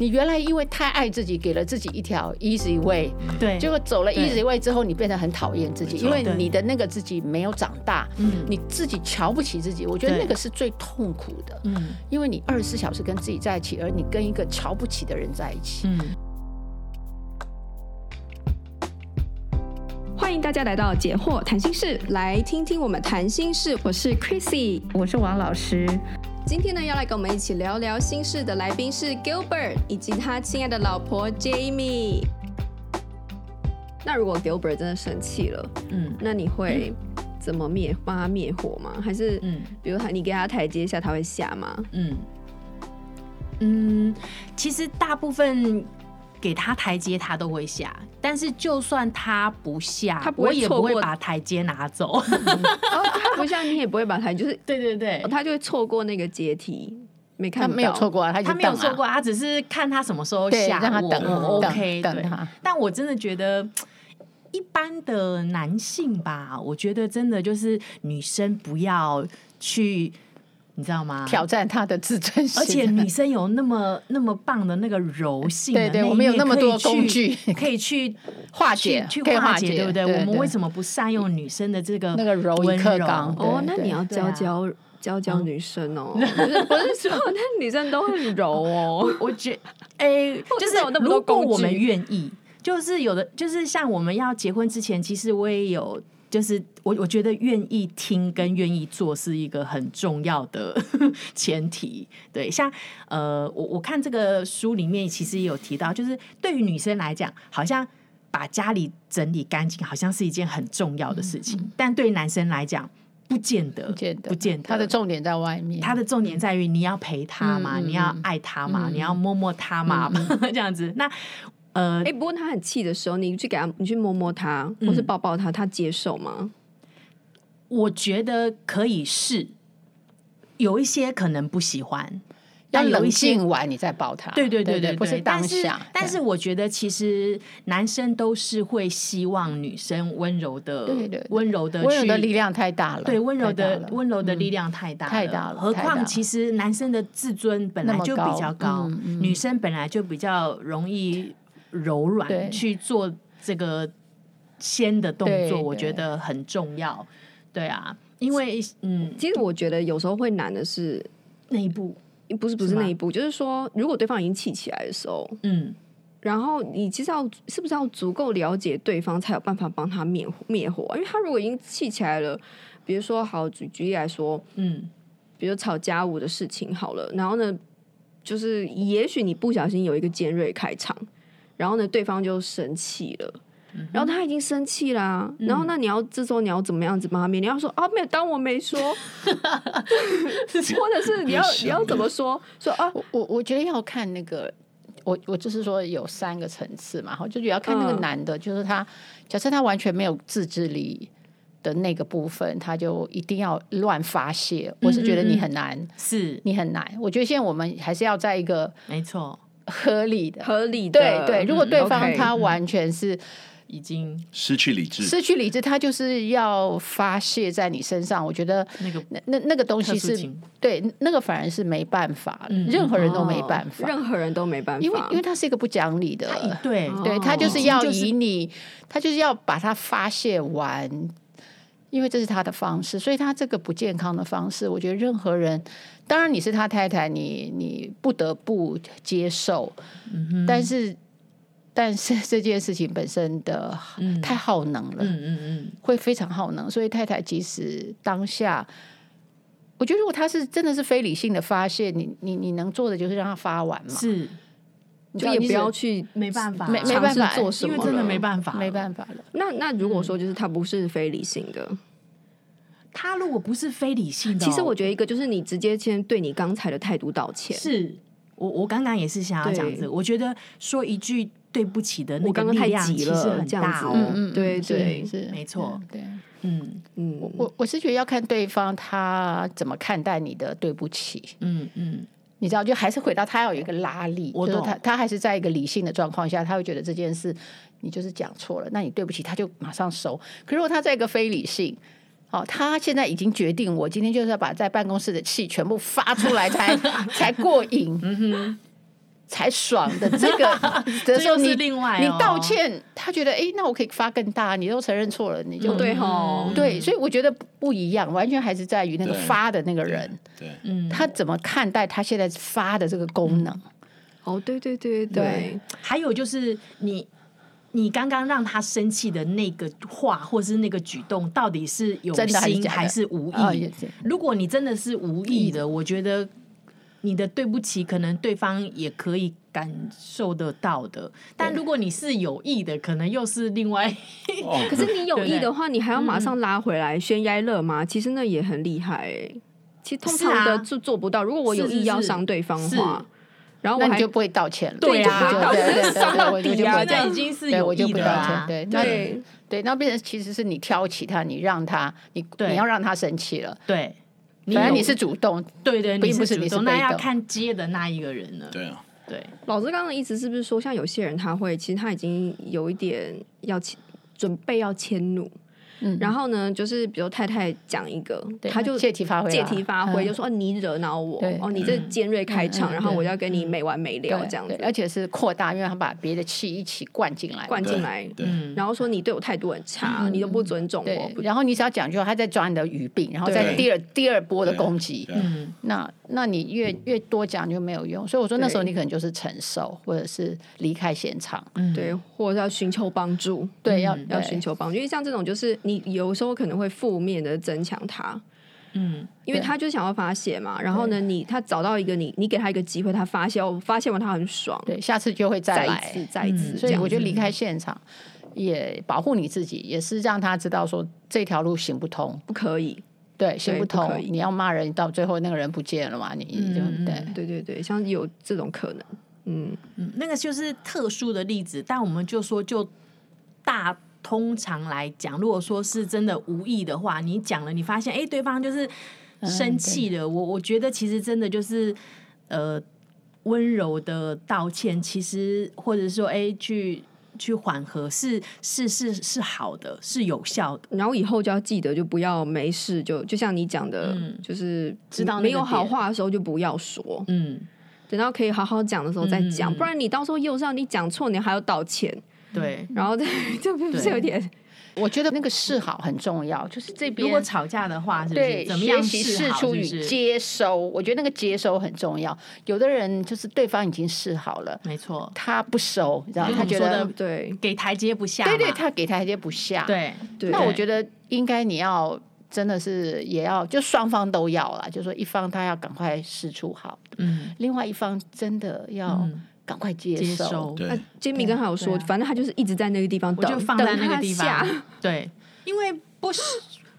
你原来因为太爱自己，给了自己一条 easy way，对，结果走了嗯对 easy way 之后，你变得很讨厌自己，没错因为对你的那个自己没有长大，嗯你自己瞧不起自己。我觉得对那个是最痛苦的，嗯因为你二十四小时跟自己在一起，而你跟一个瞧不起的人在一起。嗯，欢迎大家来到解惑谈心室，来听听我们谈心事。我是 Chrissy，我是王老师，今天呢要来跟我们一起聊聊心事的来宾是 Gilbert 以及他亲爱的老婆 Jamie。那如果 Gilbert 真的生气了，嗯那你会怎么灭帮他灭火吗？还是嗯比如他你给他台阶下，他会下 吗？嗯嗯，其实大部分。给他台阶，他都会下。但是就算他不下，他不会我也错不会过把台阶拿走。哦，他不像你也不会把台，就是 对对对哦，他就会错过那个阶梯，没看他到，没有错过啊，他已他经没有等啊错过，他只是看他什么时候对下让他我等我等 OK，等对他但我真的觉得。一般的男性吧，我觉得真的就是女生不要去，你知道吗？挑战他的自尊心，而且女生有那么那么棒的那个柔性啊的那对一对面，我们有那么多可以去工具可以去化解去可以去化化解，解对不对？对我们对为什么不善用女生的这个那个柔一温克柔刚对哦，那对你要对教啊教教教女生 哦，不是不是说那女生都很柔哦，我觉诶，我就真是的有那么多如果工具我们愿意，就是有的，就是像我们要结婚之前，其实我也有。就是我，我觉得愿意听跟愿意做是一个很重要的 前提。对，像呃，我我看这个书里面其实也有提到，就是对于女生来讲，好像把家里整理干净好像是一件很重要的事嗯情，但对于男生来讲，不见得，不见得，不见得，他的重点在外面，他的重点在于你要陪他嘛，嗯嗯你要爱他嘛，嗯你要摸摸他嘛， 这样子。那呃，哎，不过他很气的时候，你去给他，你去摸摸他，嗯或是抱抱他，他接受吗？我觉得可以试，有一些可能不喜欢，要但有冷一些静完你再抱他，对对对对对，不是当下，但是但是我觉得，其实男生都是会希望女生温柔的，对对对温柔的，温柔的力。量太大了，对温柔太的大了温柔的力嗯量太大了，太大了何太大了况其实男生的自尊本来那么就比较高高，嗯嗯女生本来就比较容易柔对软去做这个先的动对作，对我觉得很重要。对啊，因为嗯，其实我觉得有时候会难的是，那一步，不是不是是吗那一步，就是说，如果对方已经气起来的时候，嗯，然后你其实要是不是要足够了解对方，才有办法帮他灭火灭火？啊因为他如果已经气起来了，比如说好举举例来说，嗯，比如吵家务的事情好了，然后呢，就是也许你不小心有一个尖锐开场，然后呢，对方就生气了。嗯然后他已经生气啦、然后那你要这时候你要怎么样子帮他面？你要说啊，没有，当我 没说，或者是你要也是你要怎么说？说啊，我我我觉得要看那个，我我就是说有三个层次嘛，哈，就也要看那个嗯男的，就是他假设他完全没有自制力的那个部分，他就一定要乱发泄，我是觉得嗯嗯你嗯很难，是你很难。我觉得现在我们还是要在一个没错，合理的。合理的，对对，如果嗯对 OK 方他完全是已经失去理智，失去理智，他就是要发泄在你身上。我觉得那个那那那个东特西殊是情，对那个反而是没办法，嗯任何人都没哦办法，任何人都没办法，因为因为他是一个不讲理的，对哦对他就是已经要就是以你，他就是要把它发泄完，因为这是他的方式，所以他这个不健康的方式，我觉得任何人，当然你是他太太，你你不得不接受，嗯但是但是这件事情本身的、嗯太耗能了，嗯嗯嗯，会非常耗能，所以太太即使当下。我觉得，如果他是真的是非理性的发泄，你你你能做的就是让他发完嘛，是你知就道也你不只要去没办法，没没尝办试法嗯做什因么，为真的没办法，没办法了。那那如果说就是他不是非理性的，他如果不是非理性的哦，其实我觉得一个就是你直接先对你刚才的态度道歉。是我我刚刚也是想要讲这对个，我觉得说一句对不起的那我个刚刚力太量急其实了，很这样大子，哦，嗯嗯对是对，是没错嗯对。嗯嗯，我我是觉得要看对方他怎么看待你的对不起，嗯嗯，你知道，就还是回到他要有一个拉力，我就是懂他他还是在一个理性的状况下，他会觉得这件事你就是讲错了，那你对不起，他就马上收。可是如果他在一个非理性。哦，他现在已经决定，我今天就是要把在办公室的气全部发出来才才过瘾。才爽的这个的时候，这又你是另外哦你道歉，他觉得哎，那我可以发更大，你都承认错了，你就、嗯对吼，对，所以我觉得不一样，完全还是在于那个对发的那个人，对，嗯，他怎么看待他现在发的这个功能。哦，对对对对对还有就是你。你刚刚让他生气的那个话，或是那个举动，到底是有真的还是心假的还是无啊意也是？嗯如果你真的是无意的，我觉得你的对不起，可能对方也可以感受得到的。但如果你是有意的，可能又是另外哦，可是你有对意不对的话，你还要马上拉回来，悬崖勒马，其实那也很厉害欸。其实通常是啊的就做不到。如果我有是是意要是伤对方的是话，然后那我你还就不会道歉了，对啊就不会道歉对对对伤对，到我就底就啊不会这道那样歉，已经是对有我就意不的道啦歉，。对，那啊对对，那变成其实是你挑起他，你让他，你对你要让他生气了，对，反正有你是主动，对对，并你不是主你是动，那被要动看接的那一个人了。对啊，对，老师刚刚的意思是不是说，像有些人他会，其实他已经有一点要迁准备要迁怒，嗯，然后后呢，就是比如太太讲一个，他就借题发挥啦，借题发挥，就嗯说哦你惹恼我对，哦你这尖锐开场，嗯嗯然后对我要跟你没完没了对这样对子，而且是扩大，因为他把别的气一起灌进来，灌进来，对，嗯，然后说你对我态度很差，嗯你都不尊重我对，不，然后你只要讲就他在抓你的语病，然后对在第二第二波的攻击对，啊嗯，那那你越越多讲就没有用，所以我说那时候对你可能就是承受，或者是离开现场，嗯对，或者要寻求帮助，对，要要对寻求帮助，因为像这种就是你有时候可能会负面的增强他。嗯，因为他就想要发泄嘛，然后呢，你他找到一个你，你给他一个机会，他发泄，我发泄完他很爽，对，下次就会再再来，一次，再一嗯次，所这以样我觉得子离开现场也保护你自己，也是让他知道说这条路行不通，不可以。对，行对不不可通。以你要骂人，到最后那个人不见了嘛，你你就、嗯嗯对。对对对，像有这种可能，嗯，嗯那个就是特殊的例子，但我们就说就大。通常来讲，如果说是真的无意的话，你讲了，你发现哎，诶对方就是嗯生气了。我我觉得其实真的就是呃温柔的道歉，其实或者说哎去去缓和是是是是好的，是有效的。嗯然后以后就要记得，就不要没事就就像你讲的，嗯就是知道那个没有好点话的时候就不要说，嗯，等到可以好好讲的时候再嗯讲，嗯嗯不然你到时候又让你讲错，你还要道歉，对。然后这这不是嗯对有点我觉得那个示好很重要，就是这边如果吵架的话，是不是对怎么样学习示示好？出是与不是？接收，我觉得那个接收很重要。有的人就是对方已经示好了，没错，他不收，你知道就吗他是我们觉说得的对给台阶不下嘛。对对，他给台阶不下，对对，那我觉对得应该你要真的是也要，就双方都要啦，就说一方他要赶快试出好，嗯另外一方真的要嗯，赶快接接受。受。对嗯那 Jimmy 刚才有说，对啊反正他就是一直在那个地方我就等，放等在那个他地下方。对， 因为不是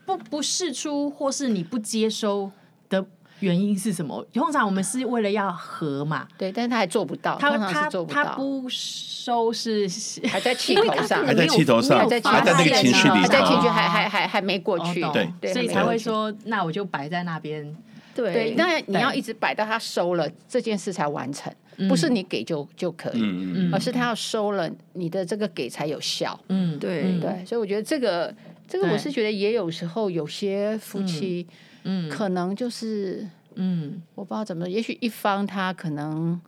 不不试出或是你不接收的原因是什么？通常我们是为了要和嘛，对，但是他还做不到，他通常他是做不他到，不收是还在气头上，还在气头上没还有在发还在那个现情绪啊里还在头情绪哦还还还还没过 去哦，对对，所以还没才过会去。说，那我就摆在那边，对对，，那你要对一直摆到他收了这件事才完成，不是你给就就可以，嗯嗯，嗯而是他要收了你的这个给才有效。嗯，对嗯，对，所以我觉得这个这个对我是觉得也有时候有些夫妻，嗯可能就是嗯，我不知道怎么，也许一方他可能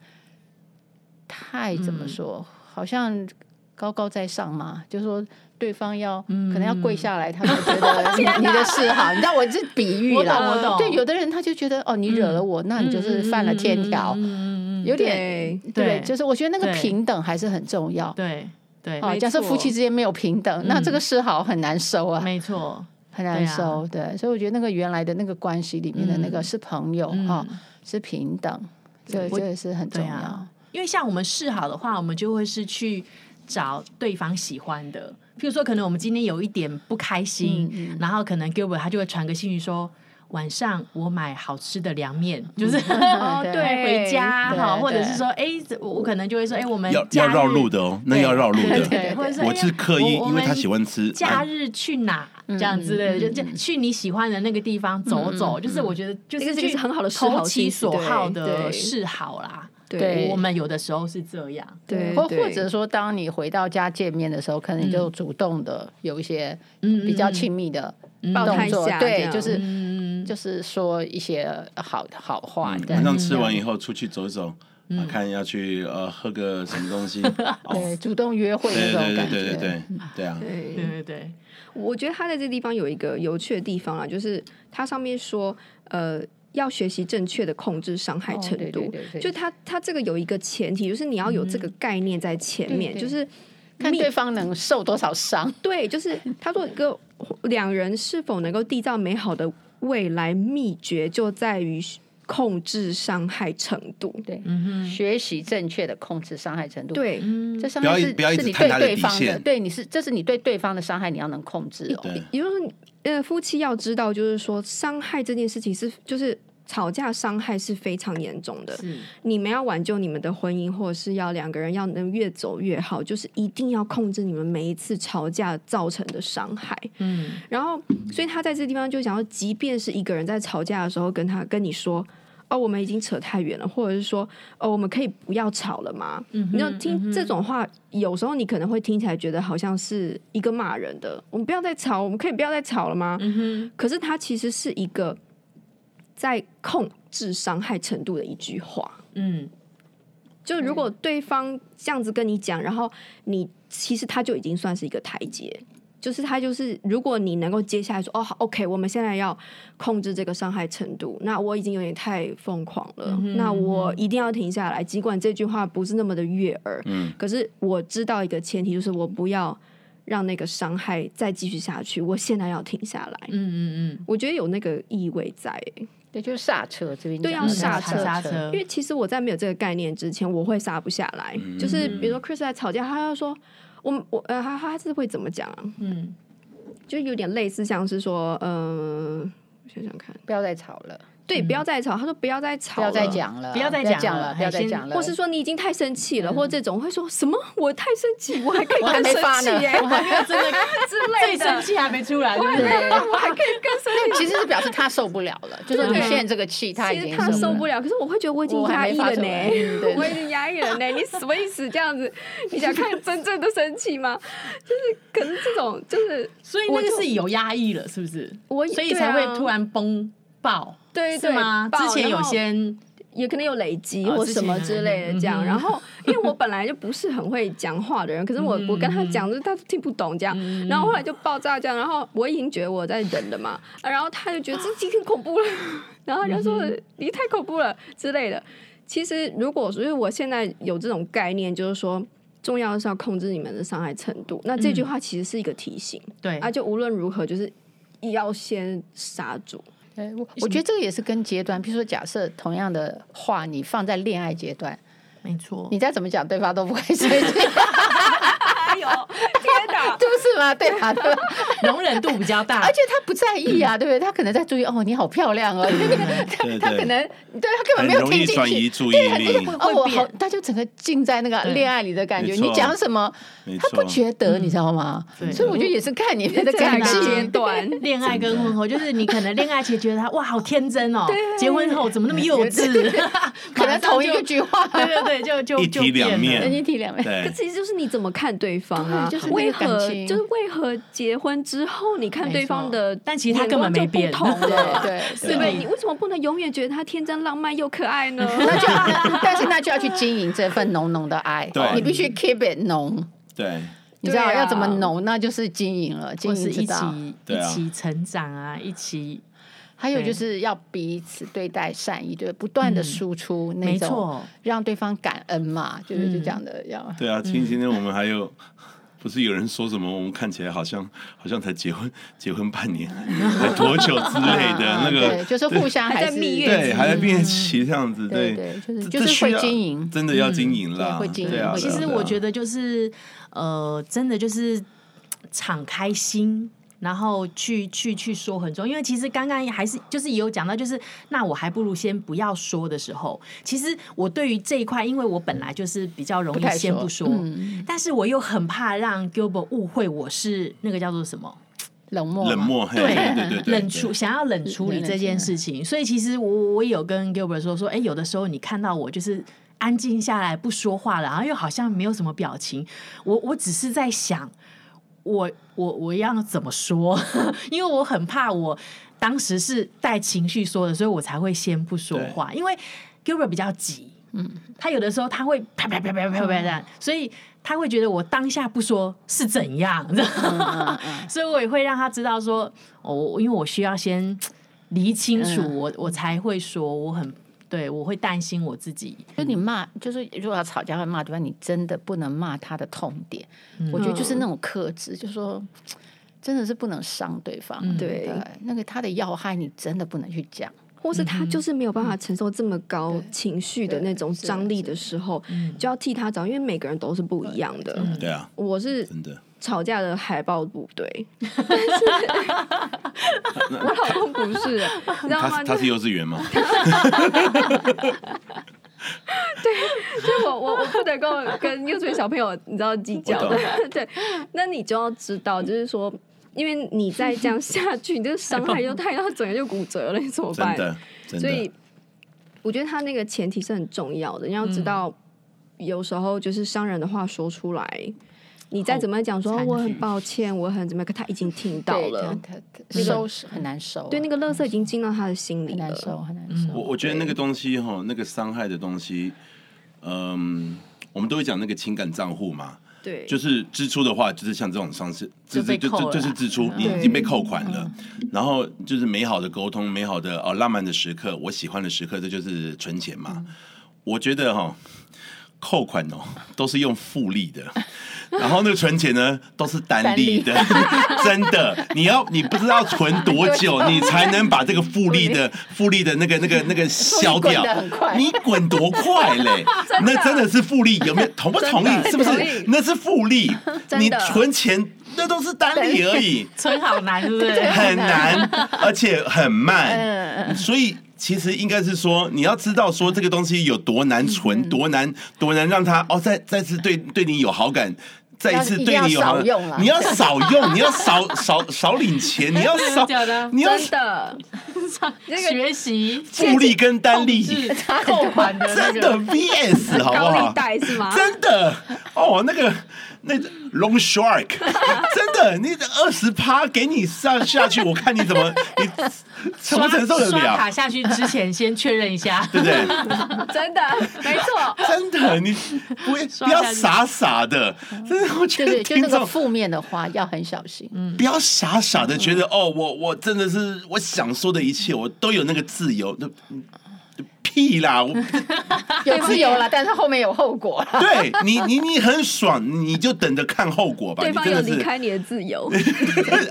太怎么说，嗯好像高高在上嘛，就说。对方要、嗯可能要跪下来，他才觉 得你你的事好。你知道我是比喻我懂啦，我懂，嗯对，有的人他就觉得哦，你惹了我，那你就是犯了天条，嗯嗯嗯嗯嗯嗯有点对，对对就是我觉得那个对平等还是很重要。对对，啊，没假设夫错妻之间没有平嗯等，那这个示好很难收啊，没错，很难对啊收。对，所以我觉得那个原来的那个关系里面的那个是朋友哈，是平等，这我这也是很重对啊要。因为像我们示好的话，我们就会是去找对方喜欢的。譬如说，可能我们今天有一点不开心，嗯然后可能 Gilbert 他就会传个信息说。晚上我买好吃的凉面，就是 哦对带 回家对哈，对或者是说，哎，我我可能就会说，哎，我们要假要日绕路的哦，那对要绕路对，的。对或者是我哎呀是刻意，我因为他喜我们欢吃。 啊假日去哪嗯这样之类的，就这去你喜欢的那个地方走走，就是我觉得就嗯这是个就是去很好的示好投其心思所对好的对示好啦。对我们有的时候是这样，对，或对或者说，当你回到家见面的时候，可能你就主动的有一些嗯比较亲密的嗯抱动他一作下，这对，样就是嗯嗯就是说一些好好话嗯的。晚上吃完以后出去走一走，啊，看要去呃喝个什么东西，对，哦，主动约会那对种对对感觉。对对对对啊，对对对对，我觉得他在这地方有一个有趣的地方啦，就是他上面说，呃，要学习正确的控制伤害哦程对度。对对嗯对就他他这个有一个前提，就是你要有这个概念在前面，对对就是看密对方能受多少伤。对，就是他说一个两人是否能够缔造美好的未来，秘诀就在于控制伤害程度。对，嗯学习正确的控制伤害程度。，对，哼，这伤不要害一是不要一是直你看对他的对底方的，线对，你是这是你对对方的伤害，你要能控制哦。对，也就是说，呃，夫妻要知道，就是说伤害这件事情是就是。吵架伤害是非常严重的，是你们要挽救你们的婚姻，或者是要两个人要能越走越好，就是一定要控制你们每一次吵架造成的伤害。嗯然后，所以他在这地方就讲到，即便是一个人在吵架的时候，跟他跟你说。哦，我们已经扯太远了，或者是说，哦，我们可以不要吵了吗？嗯哼你要听这种话，有时候你可能会听起来觉得好像是一个骂人的，我们不要再吵，我们可以不要再吵了吗？嗯哼，可是它其实是一个在控制伤害程度的一句话。嗯就如果对方这样子跟你讲，然后你其实他就已经算是一个台阶，就是他就是如果你能够接下来说哦好，OK，我们现在要控制这个伤害程度，那我已经有点太疯狂了，嗯哼那我一定要停下来。尽管这句话不是那么的悦耳，嗯，可是我知道一个前提，就是我不要让那个伤害再继续下去，我现在要停下来。嗯嗯嗯，我觉得有那个意味在、欸对，就是刹车这边对讲要的刹刹车刹车因，为其实我在没有这个概念之前，我会刹不下来。就是比嗯如说 Chris 在吵架，他要说我们我呃，他他是会怎么讲啊？嗯就有点类似像是说，嗯、我想想看，不要再吵了，对，不要再吵。他说不要再吵，嗯不要再，讲了，不要再讲讲了不要再先讲了，嗯或是说你已经太生气了，或这种会说什么我太生气，我还可以我还更没生发气呢耶、我还没有真的之最类生的。气还没出来，对不对？对我还可以更生气，其实是表示他受不了了，就是你对现在这个气他已其经实他受不了，了，可是我会觉得我已经我压还没抑了发出呢来，嗯对 我已经压抑了呢。你什么意思？这样子，你想看真正的生气吗？就是，可是这种就是所以那个是有压抑了，是不是？我，所以对才啊会突然崩爆，对是对吗？爆之前有然后些也可能有累积哦或之什么前之类的嗯这样。嗯然后，因为我本来就不是很会讲话的人，可是我我跟他讲，就是他听不懂这样。然后后来就爆炸这样，然后我已经觉得我在忍了嘛，啊嗯然后他就觉得这已经很恐怖了，然后他就说你太恐怖了之类的。其实如果所以我现在有这种概念，就是说。重要的是要控制你们的伤害程度。那这句话其实是一个提醒、对啊，就无论如何，就是要先刹住。对我我觉得这个也是跟阶段，比如说假设同样的话，你放在恋爱阶段，没错，你再怎么讲，对方都不会生气， 哎呦，天哪！对不是吗？对吧？对吧？容忍度比较大而，且他不在意啊，对不对？他可能在注意哦，你好漂亮哦， 对他可对，能对他根本很没有容听易进转去移。注意力，哦，我会变好，他就整个浸在那个对恋爱里的感觉。没错你讲什么，没他不错，觉得，你知道吗？对所以我觉得也是看你们的 在感哪个阶情。段？恋爱跟婚后，就是你可能恋爱前觉得他哇好天真哦，结婚后怎么那么幼稚？可 马能上同一就个嗯句话， 对对对，就就一就体两变了面人家体两面。可对，其实就是你怎么看对方啊？对就是那个为感何情就是为何结婚之后你看对方的没错但其实他根本没变眼 光就不同了，对对对不对？你为什么不能永远觉得他天真浪漫又可爱 呢？那就，但是那就要去经营这份浓浓的爱对，你必须 keep it 浓，对，你知道、对啊要怎么浓，那就是经营了，经或是营一之道。起对一啊起成长啊，一起还有对就是要彼此对待善意，对，不断的输出那没种，错，让对方感恩嘛，就是嗯就这样的要。对啊，今今天我们还有。 不是有人说什么我们看起来好像好像才结婚结婚半年，还多久之类的啊那个对，就是互相还还在是蜜月对，还在变期这样子，对对，对，就是就这这是需会要经营，真的要经营嗯对啦，会经营对啊会对经营啊其实对啊我觉得就是呃，真的就是敞开心。然后去去去说很重要，因为其实刚刚还是就是也有讲到，就是那我还不如先不要说的时候，其实我对于这一块，因为我本来就是比较容不易太先不说，说，嗯，但是我又很怕让 Gilbert 误会我是那个叫做什么冷漠嘛，冷漠，嘿对对对对，冷处，想要冷处理这件事情。所以其实我我也有跟 Gilbert 说说，哎、有的时候你看到我就是。安静下来不说话了，然后又好像没有什么表情，我我只是在想，我我我要怎么说？因为我很怕我当时是带情绪说的，所以我才会先不说话，因为 Gilbert 比较急，嗯，他有的时候他会啪啪啪啪啪啪啪的，所以他会觉得我当下不说是怎样，你知道吗所以我也会让他知道说，哦，我因为我需要先理清楚，我我才会说我很对，我会担心我自己，就你骂，就是如果要吵架会骂对方，你真的不能骂他的痛点。嗯我觉得嗯就是那种克制，就说真的是不能伤对方。嗯对那个他的要害你真的不能去讲。或是他就是没有办法承受这么高情绪的那种张力的时候，嗯就要替他找，因为每个人都是不一样的。对啊，我是真的。吵架的海豹部 队，但是我老公不是，你知道吗他？他是幼稚园吗？就 我我我不能够跟幼稚园小朋友你知道计较的 我，对，那你就要知道，就是说，因为你再这样下去，你这伤害又太大，整个就骨折了，你怎么真办？的，真所以的，我觉得他那个前提是很重要的，你要嗯知道，有时候就是伤人的话说出来，你再怎么讲说好哦残我很忍抱歉，我很怎么样，可他已经听到对了，他他收拾很难收啊，对，那个垃圾已经进到他的心里很难了。嗯收，很难收。我我觉得那个东西哈，那个伤害的东西，嗯，我们都会讲那个情感账户嘛，对，就是支出的话，就是像这种方式，就就被是就扣就了就是支出，你对已经被扣款了。然后就是美好的沟通，美好的哦浪漫的时刻，我喜欢的时刻，这就是存钱嘛。我觉得哈、扣款哦都是用复利的。然后那个存钱呢，都是单利的， 真的。你要你不知道存多久，你才能把这个复利的复利的那个那个那个消掉滚得很。快你滚多快嘞！那真的是复利，有没有同不同意？是不是同意？那是复利，真的你存钱那都是单利而已，存好难，对不对？ 很难，而且很嗯慢，所以。其实应该是说，你要知道说这个东西有多难存，多难多难让他哦，再再次对对你有好感，再一次对你有好一定要少用啦感，你要少用，你要少少少领钱，你要少真的假的，你要真的，那个学习复利跟单利，是扣款的那真的个 VS 好不高利好？贷是吗？真的哦，那个那 long shark，真 的，你二十趴给你上下去，我看你怎么你承刷不承受得刷了卡，下去之前先确认一 下，对不对？真的，没错。真的，你不会刷不要下去傻傻的，真的，我觉对对，得就听那众个负面的话要很小心。嗯不要傻傻的觉得哦，我我真的是我想说的一切，我都有那个自由，那屁啦，我有自由了，但是后面有后果啦。对你你你很爽，你就等着看后果吧，对你方真有的是离开你的自由，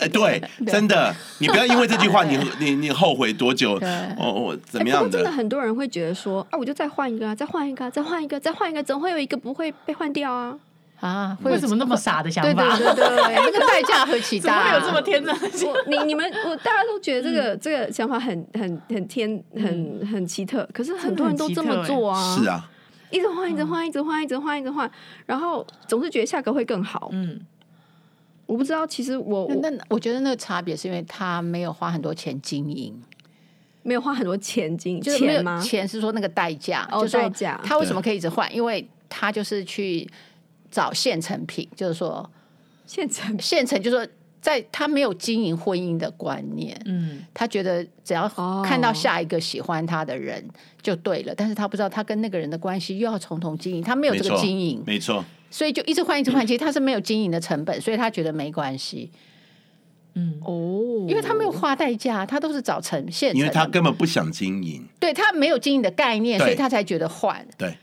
哎 对，真的，你不要因为这句话， 你你你后悔多久？对哦哦，怎哎不过么样真的的？很多人会觉得说，啊，我就再换一个啊，再换一个啊，再换一个，再换一个，总会有一个不会被换掉 啊。啊，会有为什么那么傻的想对对法？对对，那个代价何其怎么大？会有这么天真的想？ 我你你们我大家都觉得这个、这个想法很很很天很很奇特，可是很多人都这么做啊，是，啊，一直换一直换一直换一直换一直换，然后总是觉得下个会更好。嗯，我不知道，其实我我那那我觉得那个差别是因为他没有花很多钱经营，没有花很多钱金就是没钱有吗？钱是说那个代价，哦就是说代价他为什么可以一直换？因为他就是去找现成品，就是说现成现成，就是说在他没有经营婚姻的观念，嗯，他觉得只要哦看到下一个喜欢他的人就对了，但是他不知道他跟那个人的关系又要从头经营，他没有没这错个经营，，没错，所以就一直换一直换，其实他是没有经营的成本，所以他觉得没关系，嗯哦因为他没有花代价，他都是找成现成的，因为他根本不想经营，对他没有经营的概念，对所以他才觉得换对，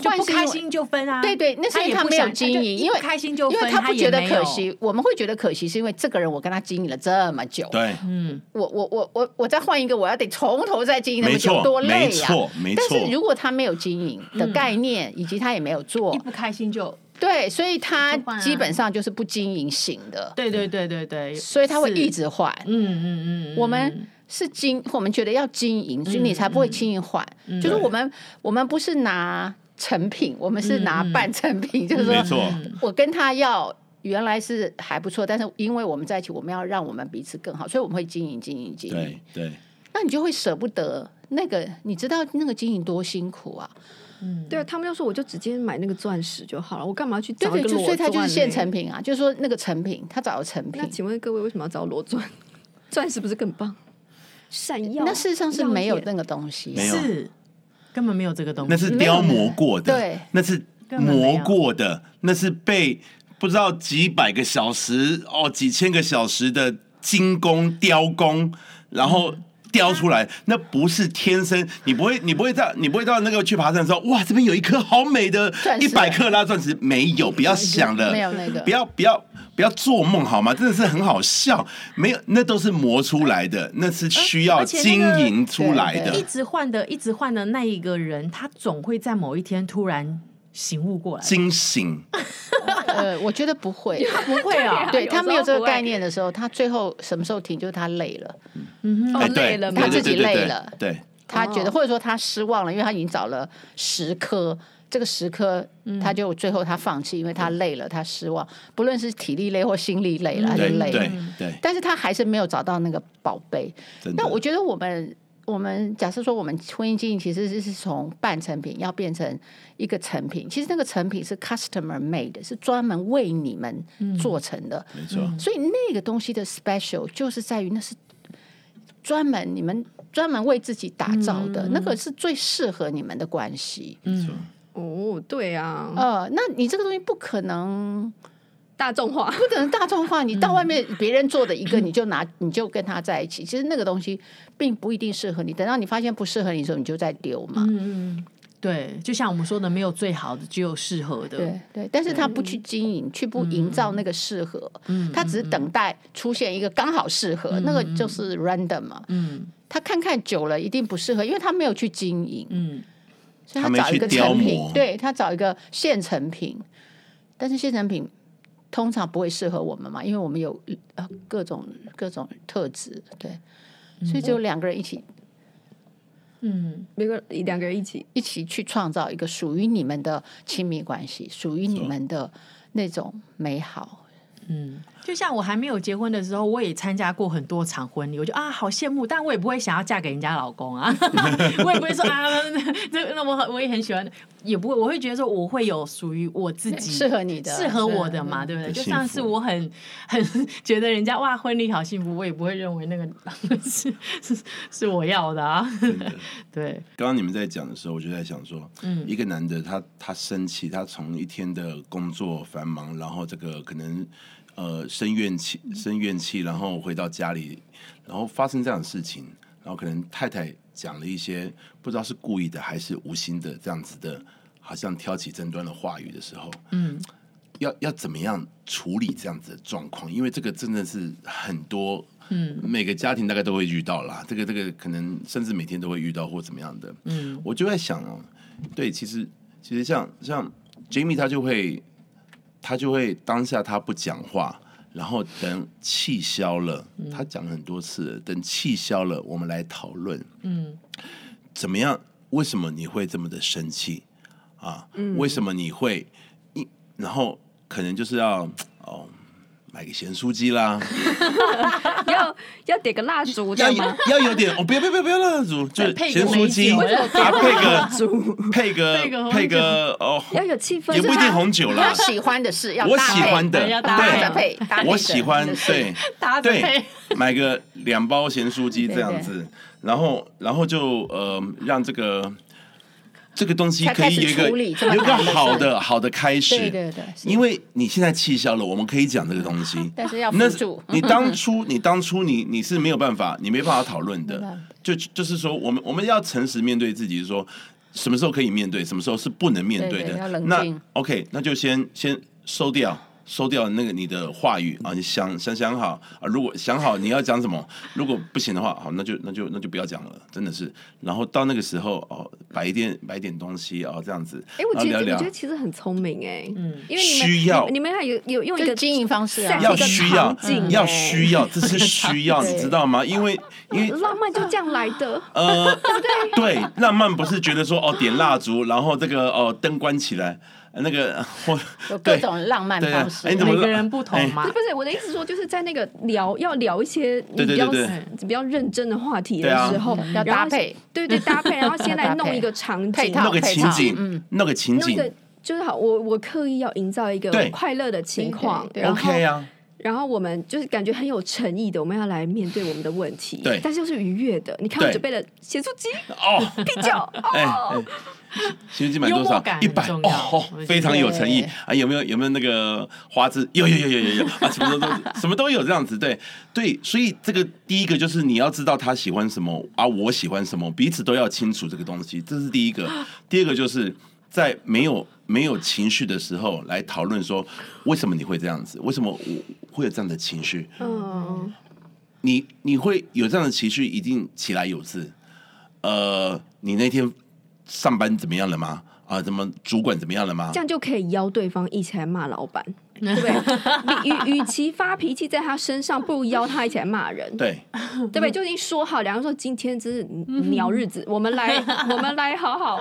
就换不是因为开。心就分啊。对对，那是因为也不没有想经他就营，一因为不开心就分，因为他不也觉得没有可惜。我们会觉得可惜，是因为这个人我跟他经营了这么久，对，嗯我我我我我再换一个，我要得从头再经营那没么久，错，多累没呀、错，没但是错，如果他没有经营的概念，以及他也没有做一，不开心就对，所以他嗯就换啊基本上就是不经营型的，对对对对对，所以他会是一直换。嗯嗯嗯嗯，我们是经，我们觉得要经营，所以你才不会轻易换。就是我们，我们不是拿成品，我们是拿半成品，就是没说嗯错，我跟他要。原来是还不错，但是因为我们在一起，我们要让我们彼此更好，所以我们会经营、经营、经营对。对，那你就会舍不得那个，你知道那个经营多辛苦啊？对啊，他们就说我就直接买那个钻石就好了，我干嘛去对找对，一个就裸所以钻呢？他就是现成品啊，就是说那个成品，他找的成品 那。请问各位为什么要找裸钻？钻石不是更棒？闪耀，那事实上是没有耀眼那个东西，没有是根本没有这个东西，那是雕磨过的，对，那是根本没磨有过的，那是被不知道几百个小时哦，几千个小时的精工雕工，然嗯后。雕出来，那不是天生，你不会，你不会到，你不会到那个去爬山的时候，哇，这边有一颗好美的钻石一百克拉钻石，没有，不要想了，没有那个不要不要不要做梦好吗？真的是很好笑，没有，那都是磨出来的，那是需要而且那经个营出来对的，对一直换的，一直换的那一个人，他总会在某一天突然醒悟过来，惊醒。呃，我觉得不会。不会啊，对他没有这个概念。念的时候，他最后什么时候停？就是他累了，哦哎，累了，对他对自对己对累对了对，他觉得或者说他失望了，因为他已经找了十颗，这个十颗他就最后他放弃，因为他累了，他失望，不论是体力累或心力累了，他就对累了对。对，但是他还是没有找到那个宝贝。真的。那我觉得我们我们假设说我们婚姻经营其实是是从半成品要变成一个成品，其实那个成品是 customer made，的是专门为你们做成的。没错，所以那个东西的 special 就是在于那是专门你们专门为自己打造的，那个是最适合你们的关系。没错，哦，对啊，呃，那你这个东西不可能大 众化，不可能大众化，你到外面别人做的一个，你就拿你就跟他在一起。其实那个东西并不一定适合你，等到你发现不适合你的时候，你就在丢嘛。对，就像我们说的，没有最好的，只有适合的。嗯对对，但是他不去经营，去不营造那个适合，他只是等待出现一个刚好适合，那个就是 random 嘛。嗯他看看久了一定不适合，因为他没有去经营，嗯，所以他没找一个去雕成品磨，对他找一个现成品，但是现成品通常不会适合我们嘛，因为我们有呃各种各种特质，对，嗯所以只有两个人一起每个两个人一起，一起去创造一个属于你们的亲密关系，属于你哦们的那种美好。就像我还没有结婚的时候，我也参加过很多场婚礼，我就啊好羡慕，但我也不会想要嫁给人家老公 啊，我也不会说啊，那那我很我也很喜欢，也不会，我会觉得说我会有属于我自己适合你的，适合我的对嘛，对不对？很就幸上次福我很很觉得人家哇婚礼好幸福，我也不会认为那个是是是我要的啊。真的。 对，刚刚你们在讲的时候，我就在想说，嗯，一个男的他他生气，他从一天的工作繁忙，然后这个可能呃生怨气，生怨气，然后回到家里，然后发生这样的事情，然后可能太太讲了一些不知道是故意的还是无心的这样子的，好像挑起争端的话语的时候，嗯。要要怎么样处理这样子的状况？因为这个真的是很多，嗯，每个家庭大概都会遇到啦。这个这个可能甚至每天都会遇到或怎么样的。嗯，我就在想哦，对，其实其实像像 Jamie 他就会他就会当下他不讲话，然后等气消了，他讲了很多次了，等气消了，我们来讨论，嗯，怎么样？为什么你会这么的生气啊？为什么你会？一然后可能就是要哦，买个咸酥鸡啦， 要要点个蜡烛，要对有吗？要有点哦，不要不要不要不要蜡烛，就是配个咸酥鸡，美酒啊配个配配个个红配个哦，要有气氛，也不一就是定红酒啦他，喜欢的是要我搭喜配欢的要搭搭对。配，搭配我的喜欢是对搭着配对，买个两包咸酥鸡这样子，然后然后就呃让这个这个东西才可开以始有一个处理这么有一个难的好事的好的开始，对对对，是因为你现在气消了，我们可以讲这个东西，但是要扶那住你当初你当初你你是没有办法，你没办法讨论没的办法。就就是说，我们我们要诚实面对自己，说什么时候可以面对，什么时候是不能面对的。对对要冷那静 OK，那就先先收掉。收掉那个你的话语啊，你想想想好啊，如果想好你要讲什么，如果不行的话，好，那就那就那就不要讲了，真的是。然后到那个时候哦，摆一点摆一点东西哦，这样子，哎，我然后觉得聊我聊觉得。其实很聪明哎，嗯，因为你们需要你你们还有有用一就个经营方式啊 set 要一个需要场景，要哎需要，这是需要，对你知道吗？因为因为浪漫就这样来的， 呃，对，浪漫不是觉得说哦点蜡烛，然后这个哦灯关起来，呃那个或有各对种浪漫对啊方式哎你。怎么哎每个人不同嘛不是。不是我的意思说，就是在那个聊要聊一些你对比对较对比较认真的话题对的啊时候，要然后搭配，对对搭配，然后先来 要搭配弄一个场景，配套弄个情景，弄个情嗯弄一景个就是好，我我刻意要营造一个对快乐的情况，对对对然后，OK 啊，然后我们就是感觉很有诚意的，我们要来面对我们的问题，对但是又是愉悦的。你看我对准备了咸酥鸡、哦，啤酒， 哎哦哎，新基满多幽默少感？一很百重哦要我觉哦得，非常有诚意对啊！有没有有没有那个花枝？有有有有有有 啊！什么都都什么都有这样子，对对，所以这个第一个就是你要知道他喜欢什么啊，我喜欢什么，彼此都要清楚这个东西，这是第一个。第二个就是在没有没有情绪的时候来讨论说，为什么你会这样子？为什么我会有这样的情绪？嗯，你你会有这样的情绪，一定起来有字。呃，你那天上班怎么样了吗？啊、怎么主管怎么样了吗这？样就可以邀对方一起来骂 老板，对不对？比与与其发脾气在他身上，不如邀他一起来骂 人，对，对不对？就已经说好，两个人说今天真是鸟日子，我们 来，我们来好好，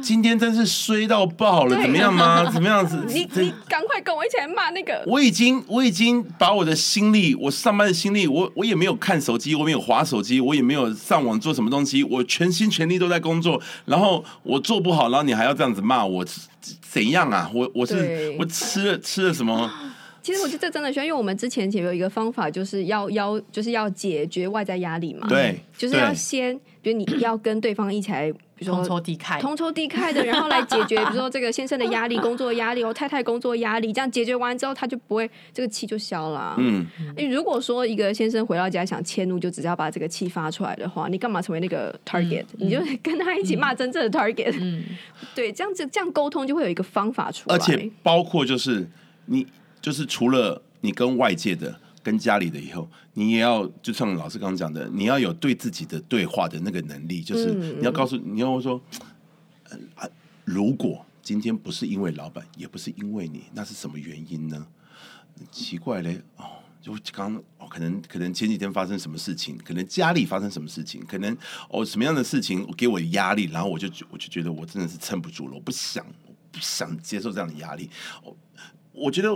今天真是衰到爆了，对怎么样吗？怎么样子？ 你这你赶快跟我一起来骂那个我已经我已经把我的心力，我上班的心力，我我也没有看手机，我没有划手机，我也没有上网做什么东西，我全心全力都在工作。然后我做不好，然后你还要这样子骂我，怎样啊？我我是对我吃了吃了什么？其实我觉得这真的需要，因为我们之前也有一个方法，就是要要就是要解决外在压力嘛。对就是要对先，比如你要跟对方一起来，比如同 说仇敌忾，同仇敌忾的，然后来解决，比如说这个先生的压力、工作压力，或太太工作压力，这样解决完之后，他就不会这个气就消了、啊。嗯，因为如果说一个先生回到家想迁怒，就只是要把这个气发出来的话，你干嘛成为那个 target？、你就跟他一起骂真正的 target。嗯，对，这样子这样沟通就会有一个方法出来。而且包括就是你就是除了你跟外界的、跟家里的以后，你也要就像老师刚刚讲的，你要有对自己的对话的那个能力，就是嗯你要告诉你要说，呃啊如果今天不是因为老板，也不是因为你，那是什么原因呢？奇怪嘞，哦，就刚哦，可能可能前几天发生什么事情，可能家里发生什么事情，可能哦什么样的事情给我压力，然后我就我就觉得我真的是撑不住了，我不想我不想接受这样的压力。哦，我觉得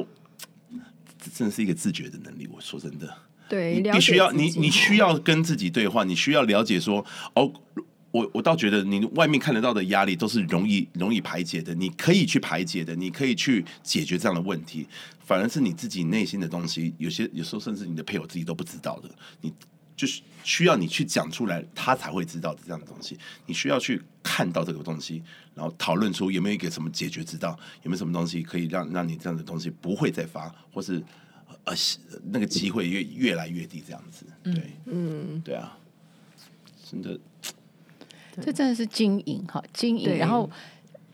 这真的是一个自觉的能力。我说真的，对，你了必解须要自己嗯你你需要跟自己对话，你需要了解说哦。我我倒觉得你外面看得到的压力都是容易容易排解的，你可以去排解的，你可以去解决这样的问题。反而是你自己内心的东西，有些有时候甚至你的配偶自己都不知道的，你就是需要你去讲出来，他才会知道的这样的东西。你需要去看到这个东西，然后讨论出有没有一个什么解决之道，有没有什么东西可以让让你这样的东西不会再发，或是呃是那个机会越越来越低这样子。对，嗯，对啊，真的，这真的是经营哈，经营。对然后